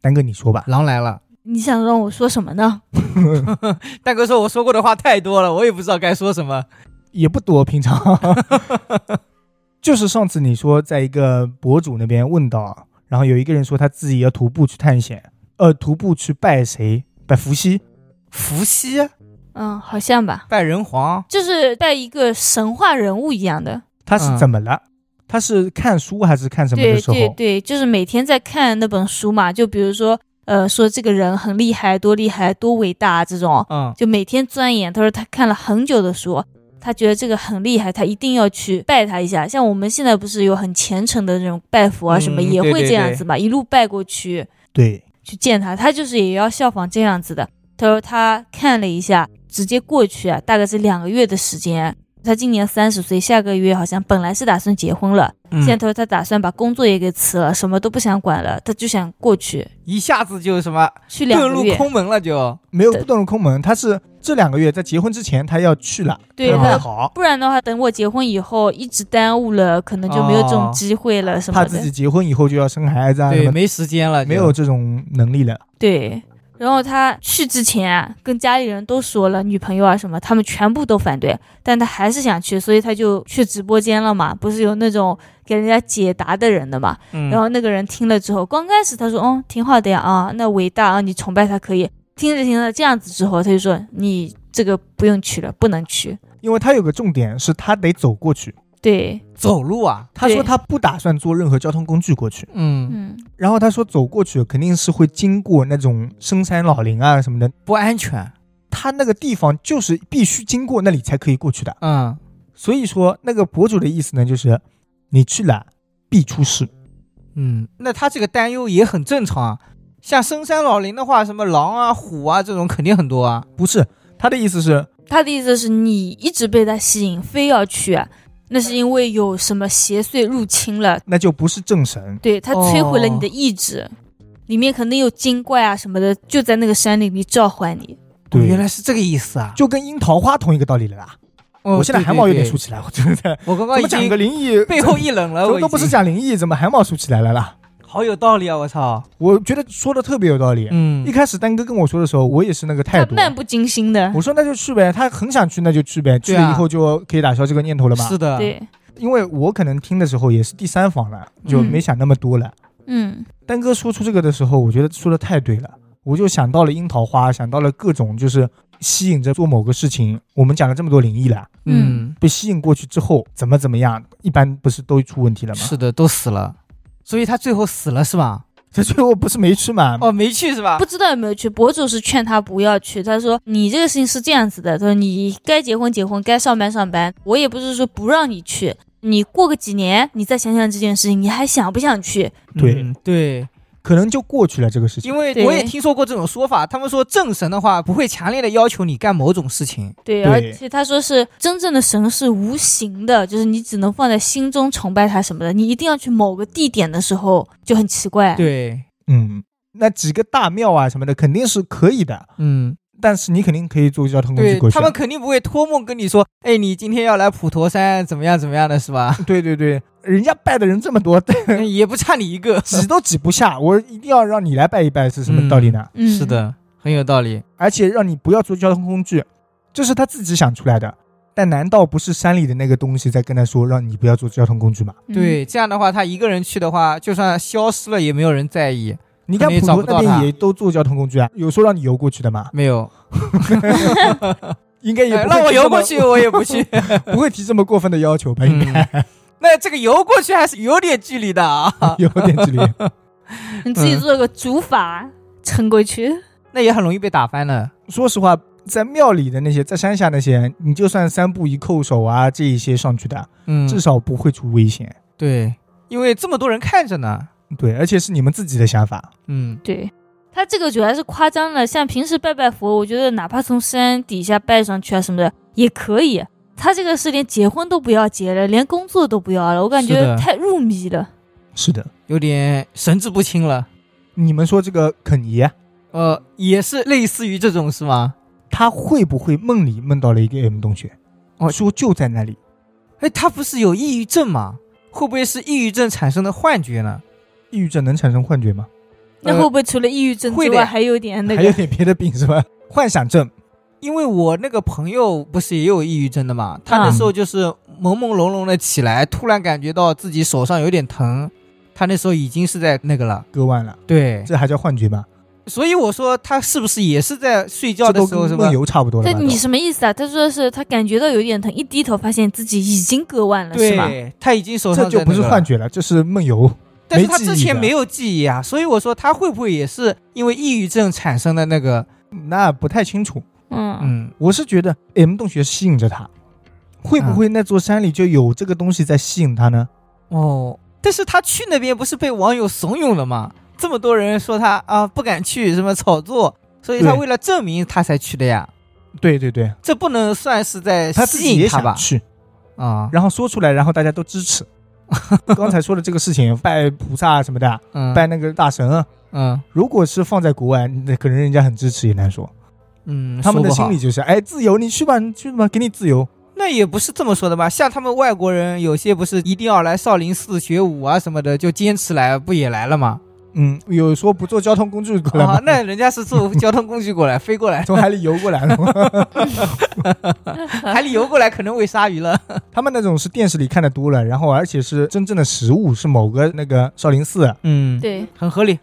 Speaker 1: 丹哥，你说吧。
Speaker 3: 狼来了。
Speaker 2: 你想让我说什么呢？
Speaker 3: 蛋哥说我说过的话太多了，我也不知道该说什么。
Speaker 1: 也不多，平常。 就是上次你说在一个博主那边问到，啊然后有一个人说他自己要徒步去探险，呃，徒步去拜谁？拜伏羲。
Speaker 3: 伏羲
Speaker 2: 嗯，好像吧，
Speaker 3: 拜人皇，
Speaker 2: 就是带一个神话人物一样的。
Speaker 1: 他是
Speaker 3: 嗯
Speaker 1: 怎么了？他是看书还是看什么
Speaker 2: 对
Speaker 1: 的时候？
Speaker 2: 对对，就是每天在看那本书嘛，就比如说，呃，说这个人很厉害，多厉害，多伟大这种，
Speaker 3: 嗯，
Speaker 2: 就每天钻研。他说他看了很久的书，他觉得这个很厉害，他一定要去拜他一下。像我们现在不是有很虔诚的那种拜佛啊什么，
Speaker 3: 嗯
Speaker 2: 也
Speaker 3: 对
Speaker 2: 会
Speaker 3: 对
Speaker 2: 这样
Speaker 3: 对
Speaker 2: 子嘛，一路拜过去。
Speaker 1: 对
Speaker 2: 去见他，他就是也要效仿这样子的。他说他看了一下，直接过去啊，大概是两个月的时间。他今年三十岁，下个月好像本来是打算结婚了，现在
Speaker 3: 嗯、
Speaker 2: 他说他打算把工作也给辞了，什么都不想管了，他就想过去
Speaker 3: 一下子就什么
Speaker 2: 去两
Speaker 3: 遁
Speaker 2: 个
Speaker 3: 入
Speaker 2: 月。
Speaker 3: 空门了就，
Speaker 1: 没有
Speaker 2: 对
Speaker 1: 不遁入空门，他是这两个月在结婚之前他要去了，
Speaker 2: 对
Speaker 1: 他
Speaker 2: 他
Speaker 1: 说好，
Speaker 2: 不然的话，等我结婚以后一直耽误了，可能就没有这种机会了什么
Speaker 1: 哦怕
Speaker 2: 的。
Speaker 1: 自己结婚以后就要生孩子啊什
Speaker 3: 对，
Speaker 1: 么的，
Speaker 3: 没时间了就，
Speaker 1: 没有这种能力了。
Speaker 2: 对，然后他去之前啊，跟家里人都说了，女朋友啊什么，他们全部都反对，但他还是想去，所以他就去直播间了嘛，不是有那种给人家解答的人的嘛。
Speaker 3: 嗯，
Speaker 2: 然后那个人听了之后，刚开始他说，哦，挺好的呀，啊，那伟大啊，你崇拜他可以。听着听着这样子之后，他就说，你这个不用去了，不能去。
Speaker 1: 因为他有个重点是他得走过去，
Speaker 2: 对，
Speaker 3: 走路啊，
Speaker 1: 他说
Speaker 2: 对
Speaker 1: 他不打算坐任何交通工具过去。
Speaker 3: 嗯，
Speaker 2: 嗯，
Speaker 1: 然后他说走过去肯定是会经过那种深山老林啊什么的，
Speaker 3: 不安全，
Speaker 1: 他那个地方就是必须经过那里才可以过去的。
Speaker 3: 嗯，
Speaker 1: 所以说那个博主的意思呢，就是你去了必出事。
Speaker 3: 嗯，那他这个担忧也很正常啊。像深山老林的话，什么狼啊、虎啊这种肯定很多啊。
Speaker 1: 不是他的意思是，
Speaker 2: 他的意思是你一直被他吸引，非要去、啊，那是因为有什么邪祟入侵了。
Speaker 1: 那就不是正神。
Speaker 2: 对，它摧毁了你
Speaker 1: 哦
Speaker 2: 的意志，里面肯定有精怪啊什么的，就在那个山里面召唤你。
Speaker 1: 对，
Speaker 3: 哦原来是这个意思啊。
Speaker 1: 就跟樱桃花同一个道理了啦。
Speaker 3: 哦
Speaker 1: 我现在汗毛有点竖
Speaker 3: 对对
Speaker 1: 起来，我真的
Speaker 3: 对我刚刚
Speaker 1: 怎
Speaker 3: 已
Speaker 1: 么讲
Speaker 3: 经
Speaker 1: 个灵异，
Speaker 3: 背后一冷了，
Speaker 1: 怎
Speaker 3: 我
Speaker 1: 么都
Speaker 3: 已
Speaker 1: 不是
Speaker 3: 经
Speaker 1: 讲灵异，怎么汗毛竖起来了啦？
Speaker 3: 好有道理啊！我操，
Speaker 1: 我觉得说的特别有道理。
Speaker 3: 嗯
Speaker 1: 一，开始丹哥跟我说的时候，我也是那个态
Speaker 2: 它
Speaker 1: 度。
Speaker 2: 漫不经心的，
Speaker 1: 我说那就去呗，他很想去那就去呗，去
Speaker 3: 对啊
Speaker 1: 了以后就可以打消这个念头了嘛。
Speaker 3: 是的，
Speaker 2: 对，
Speaker 1: 因为我可能听的时候也是第三方了，
Speaker 3: 嗯
Speaker 1: 就没想那么多了。
Speaker 2: 嗯，
Speaker 1: 丹哥说出这个的时候，我觉得说的太对了，我就想到了樱桃花，想到了各种就是吸引着做某个事情。我们讲了这么多灵异了，
Speaker 3: 嗯，
Speaker 1: 被吸引过去之后怎么怎么样，一般不是都出问
Speaker 2: 嗯
Speaker 1: 题了吗？
Speaker 3: 是的，都死了，所以他最后死了是吧？
Speaker 1: 他最后不是没去嘛？
Speaker 3: 哦，没去是吧
Speaker 2: 不？知道有没有去。博主是劝他不要去，他说你这个事情是这样子的，他说你该结婚结婚，该上班上班，我也不是说不让你去，你过个几年，你再想想这件事情，你还想不想去？
Speaker 1: 对
Speaker 3: 嗯对，
Speaker 1: 可能就过去了这个事情。
Speaker 3: 因为
Speaker 2: 对
Speaker 3: 我也听说过这种说法，他们说正神的话不会强烈的要求你干某种事情，
Speaker 2: 对，
Speaker 1: 对
Speaker 2: 而且他说是真正的神是无形的，就是你只能放在心中崇拜他什么的，你一定要去某个地点的时候就很奇怪。
Speaker 3: 对，
Speaker 1: 嗯，那几个大庙啊什么的肯定是可以的，
Speaker 3: 嗯，
Speaker 1: 但是你肯定可以做交通工具
Speaker 3: 对
Speaker 1: 过去啊
Speaker 3: 他。们肯定不会托梦跟你说，哎，你今天要来普陀山怎么样怎么样的是 吧？
Speaker 1: 对对对，人家拜的人这么多，
Speaker 3: 也不差你一个。
Speaker 1: 挤都挤不下，我一定要让你来拜一拜，是什么道理呢？
Speaker 2: 嗯，
Speaker 3: 是，的，很有道理。
Speaker 1: 而且让你不要做交通工具，这是他自己想出来的。但难道不是山里的那个东西在跟他说让你不要做交通工具吗？
Speaker 2: 嗯
Speaker 3: 对，这样的话，他一个人去的话，就算消失了也没有人在意。
Speaker 1: 你看
Speaker 3: 可能也
Speaker 1: 普
Speaker 3: 找
Speaker 1: 陀
Speaker 3: 不到
Speaker 1: 那
Speaker 3: 他
Speaker 1: 边也都坐交通工具啊，有说让你游过去的吗？
Speaker 3: 没有，
Speaker 1: 应该也
Speaker 3: 哎
Speaker 1: 不
Speaker 3: 让
Speaker 1: 会
Speaker 3: 我
Speaker 1: 提这
Speaker 3: 游过
Speaker 1: 么
Speaker 3: 去，我也不去。
Speaker 1: 不会提这么过分的要求吧？应该、
Speaker 3: 嗯 那这个游过去还是有点距离的啊，
Speaker 1: 有点距离。
Speaker 2: 你自己做了个竹筏撑过去，
Speaker 3: 那也很容易被打翻的。
Speaker 1: 说实话，在庙里的那些，在山下那些，你就算三步一叩首啊，这一些上去的，
Speaker 3: 嗯
Speaker 1: 至少不会出危险。
Speaker 3: 对，因为这么多人看着呢。
Speaker 1: 对，而且是你们自己的想法。
Speaker 3: 嗯，
Speaker 2: 对。他这个主要是夸张了，像平时拜拜佛，我觉得哪怕从山底下拜上去啊什么的也可以。他这个是连结婚都不要结了，连工作都不要了，我感
Speaker 3: 是的
Speaker 2: 觉太入迷了。
Speaker 1: 是的，
Speaker 3: 有点神志不清了。
Speaker 1: 你们说这个肯爷，
Speaker 3: 呃，也是类似于这种是吗？
Speaker 1: 他会不会梦里梦到了一个 M 同学？
Speaker 3: 哦
Speaker 1: 说就在那里。
Speaker 3: 哎，他不是有抑郁症吗？会不会是抑郁症产生的幻觉呢？
Speaker 1: 抑郁症能产生幻觉吗？
Speaker 2: 那会不会除了抑郁症
Speaker 3: 呃会
Speaker 2: 之
Speaker 3: 的
Speaker 2: 外，
Speaker 3: 呀
Speaker 2: 还有点那
Speaker 1: 还有
Speaker 2: 个？
Speaker 1: 点别的病是吧？ 幻想症。
Speaker 3: 因为我那个朋友不是也有抑郁症的嘛，他那时候就是朦朦胧胧的起来，突然感觉到自己手上有点疼，他那时候已经是在那个了。
Speaker 1: 割腕了，
Speaker 3: 对，
Speaker 1: 这还叫幻觉吗？
Speaker 3: 所以我说他是不是也是在睡觉
Speaker 1: 这
Speaker 3: 的
Speaker 1: 都
Speaker 3: 时候
Speaker 1: 跟
Speaker 3: 什么
Speaker 1: 梦？游差不多了
Speaker 2: 那
Speaker 1: 吧？
Speaker 2: 你
Speaker 1: 都
Speaker 2: 什么意思啊？他说的是他感觉到有点疼，一低头发现自己已经割腕了，是吗？
Speaker 3: 对，他已经手上
Speaker 1: 这就不是
Speaker 3: 在那个了
Speaker 1: 幻觉了，这是梦游。
Speaker 3: 但是
Speaker 1: 没
Speaker 3: 他
Speaker 1: 记忆
Speaker 3: 之前
Speaker 1: 的
Speaker 3: 没有记忆啊，所以我说他会不会也是因为抑郁症产生的那个？
Speaker 1: 那不太清楚。
Speaker 2: 嗯，
Speaker 3: 嗯，
Speaker 1: 我是觉得 M 洞穴吸引着他，会不会那座山里就有这个东西在吸引他呢？
Speaker 3: 哦，但是他去那边不是被网友怂恿了吗？这么多人说他啊不敢去，什么炒作，所以他
Speaker 1: 对
Speaker 3: 为了证明他才去的呀。
Speaker 1: 对对对，
Speaker 3: 这不能算是在
Speaker 1: 他自
Speaker 3: 吸
Speaker 1: 己
Speaker 3: 引
Speaker 1: 也
Speaker 3: 他
Speaker 1: 想
Speaker 3: 吧？
Speaker 1: 去，
Speaker 3: 啊，
Speaker 1: 然后说出来，然后大家都支持。 刚才说的这个事情，拜菩萨什么的，
Speaker 3: 嗯，
Speaker 1: 拜那个大神，
Speaker 3: 嗯
Speaker 1: 如果是放在国外，那可能人家很支持也难说。
Speaker 3: 嗯，
Speaker 1: 他们的
Speaker 3: 说不好
Speaker 1: 心里就是，哎，自由，你去吧，你去吧，给你自由。
Speaker 3: 那也不是这么说的吧？像他们外国人有些不是一定要来少林寺学武啊什么的，就坚持来，不也来了吗？
Speaker 1: 嗯，有说不坐交通工具过来
Speaker 3: 啊
Speaker 1: 吗？，
Speaker 3: 那人家是坐 交通工具过来，飞过 来，
Speaker 1: 从海里游过来了吗？
Speaker 3: 海里游过来，可能喂鲨鱼了。
Speaker 1: 他们那种是电视里看的多了，然后而且是真正的食物，是某个那个少林寺。啊
Speaker 3: 嗯，，
Speaker 2: 对，
Speaker 3: 很合理。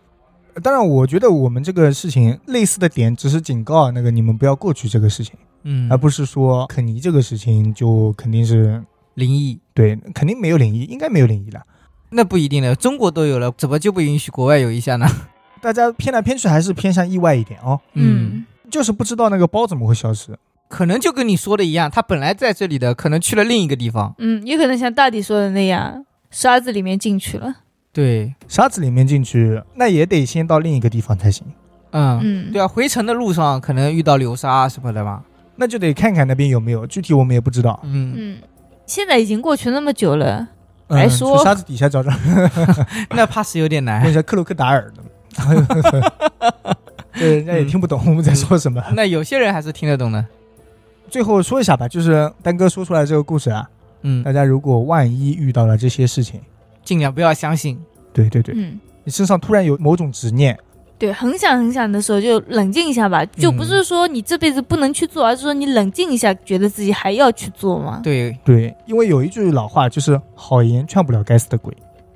Speaker 1: 当然，我觉得我们这个事情类似的点，只是警告那个你们不要过去这个事情，
Speaker 3: 嗯
Speaker 1: 啊而不是说肯尼这个事情就肯定是
Speaker 3: 灵异，
Speaker 1: 对，肯定没有灵异，应该没有灵异了。
Speaker 3: 那不一定的，中国都有了，怎么就不允许国外有一下呢？
Speaker 1: 大家偏来偏去还是偏向意外一点哦，
Speaker 2: 嗯，
Speaker 1: 就是不知道那个包怎么会消失。
Speaker 3: 可能就跟你说的一样，他本来在这里的，可能去了另一个地方。
Speaker 2: 嗯，也可能像大地说的那样，沙子里面进去了。
Speaker 3: 对，
Speaker 1: 沙子里面进去，那也得先到另一个地方才行，
Speaker 3: 嗯，
Speaker 2: 嗯，
Speaker 3: 对啊，回程的路上可能遇到流沙什么的吧。
Speaker 1: 那就得看看那边有没有，具体我们也不知道。
Speaker 3: 嗯，
Speaker 2: 嗯，现在已经过去那么久了，
Speaker 1: 嗯
Speaker 2: 来说哎
Speaker 1: 去沙子底下找找，
Speaker 3: 那怕是有点 难
Speaker 1: 问一。下克鲁克达尔 的。对，人家
Speaker 2: 嗯
Speaker 1: 也听不懂我们在说什么。
Speaker 3: 那有些人还是听得懂的。
Speaker 1: 最后说一下吧，就是丹哥说出来这个故事啊，
Speaker 3: 嗯，
Speaker 1: 大家如果万一遇到了这些事情，
Speaker 3: 尽量不要相信。
Speaker 1: 对对对，
Speaker 2: 嗯，
Speaker 1: 你身上突然有某种执念，
Speaker 2: 对，很想很想的时候就冷静一下吧，就不是说你这辈子不能去做，而是说你冷静一下，觉得自己还要去做嘛。
Speaker 3: 对，
Speaker 1: 对，因为有一句老话就是“好言劝不了该死的鬼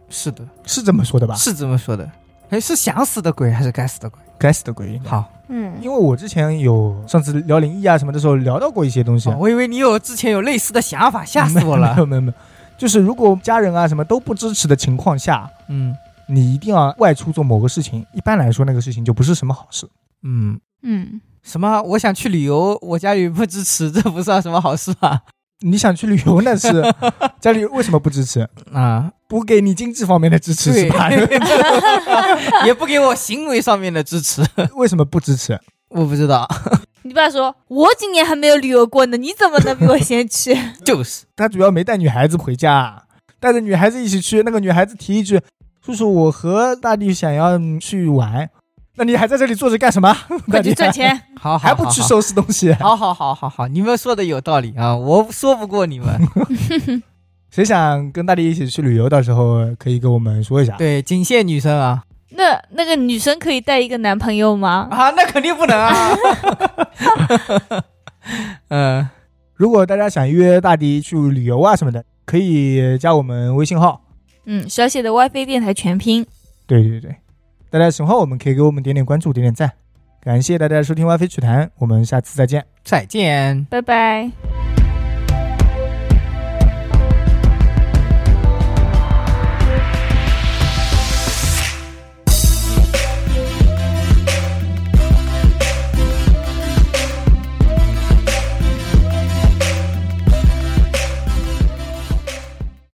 Speaker 3: 是的，”，
Speaker 1: 是这么说的吧？
Speaker 3: 是这么说的。哎，是想死的鬼还是该死的鬼？
Speaker 1: 该死的鬼应该。
Speaker 3: 好，
Speaker 2: 嗯
Speaker 1: 因为我之前有上次聊灵异啊什么的时候聊到过一些东西
Speaker 3: 哦
Speaker 1: 啊，
Speaker 3: 我以为你有之前有类似的想法，吓死 我
Speaker 1: 没
Speaker 3: 了。
Speaker 1: 有没有没有，就是如果家人啊什么都不支持的情况下，
Speaker 3: 嗯
Speaker 1: 你一定要外出做某个事情，一般来说那个事情就不是什么好事。
Speaker 3: 嗯，
Speaker 2: 嗯，
Speaker 3: 什么？我想去旅游，我家里不支持， 这不算什么好事吧？
Speaker 1: 你想去旅游那是家里为什么不支持？
Speaker 3: 啊，
Speaker 1: 不给你经济方面的支持是
Speaker 3: 对
Speaker 1: 吧？，
Speaker 3: 也不给我行为上面的支持，
Speaker 1: 为什么不支持？
Speaker 3: 我不知道，
Speaker 2: 你爸说，我今年还没有旅游过呢，你怎么能比我先去？
Speaker 3: 就是
Speaker 1: 他主要没带女孩子回家，带着女孩子一起去，那个女孩子提一句：“叔叔，我和大地想要嗯去玩。”那你还在这里坐着干什么？ 啊
Speaker 2: 快去赚，钱。
Speaker 3: 好好
Speaker 1: 还不去收拾东西？
Speaker 3: 好好好好好，你们说的有道理啊，我说不过你们。
Speaker 1: 谁想跟大力一起去旅游，到时候可以跟我们说一下。
Speaker 3: 对，仅限女生啊
Speaker 2: 那那个女生可以带一个男朋友吗？
Speaker 3: 啊，那肯定不能啊。 嗯，
Speaker 1: 如果大家想约大迪去旅游啊什么的，可以加我们微信号。
Speaker 2: 嗯，小写的 WiFi 电台全拼。
Speaker 1: 对对对，大家喜欢我们可以给我们点点关注，点点赞。感谢大家收听《歪飞曲谈》，我们下次再见。
Speaker 3: 再见。
Speaker 2: 拜拜。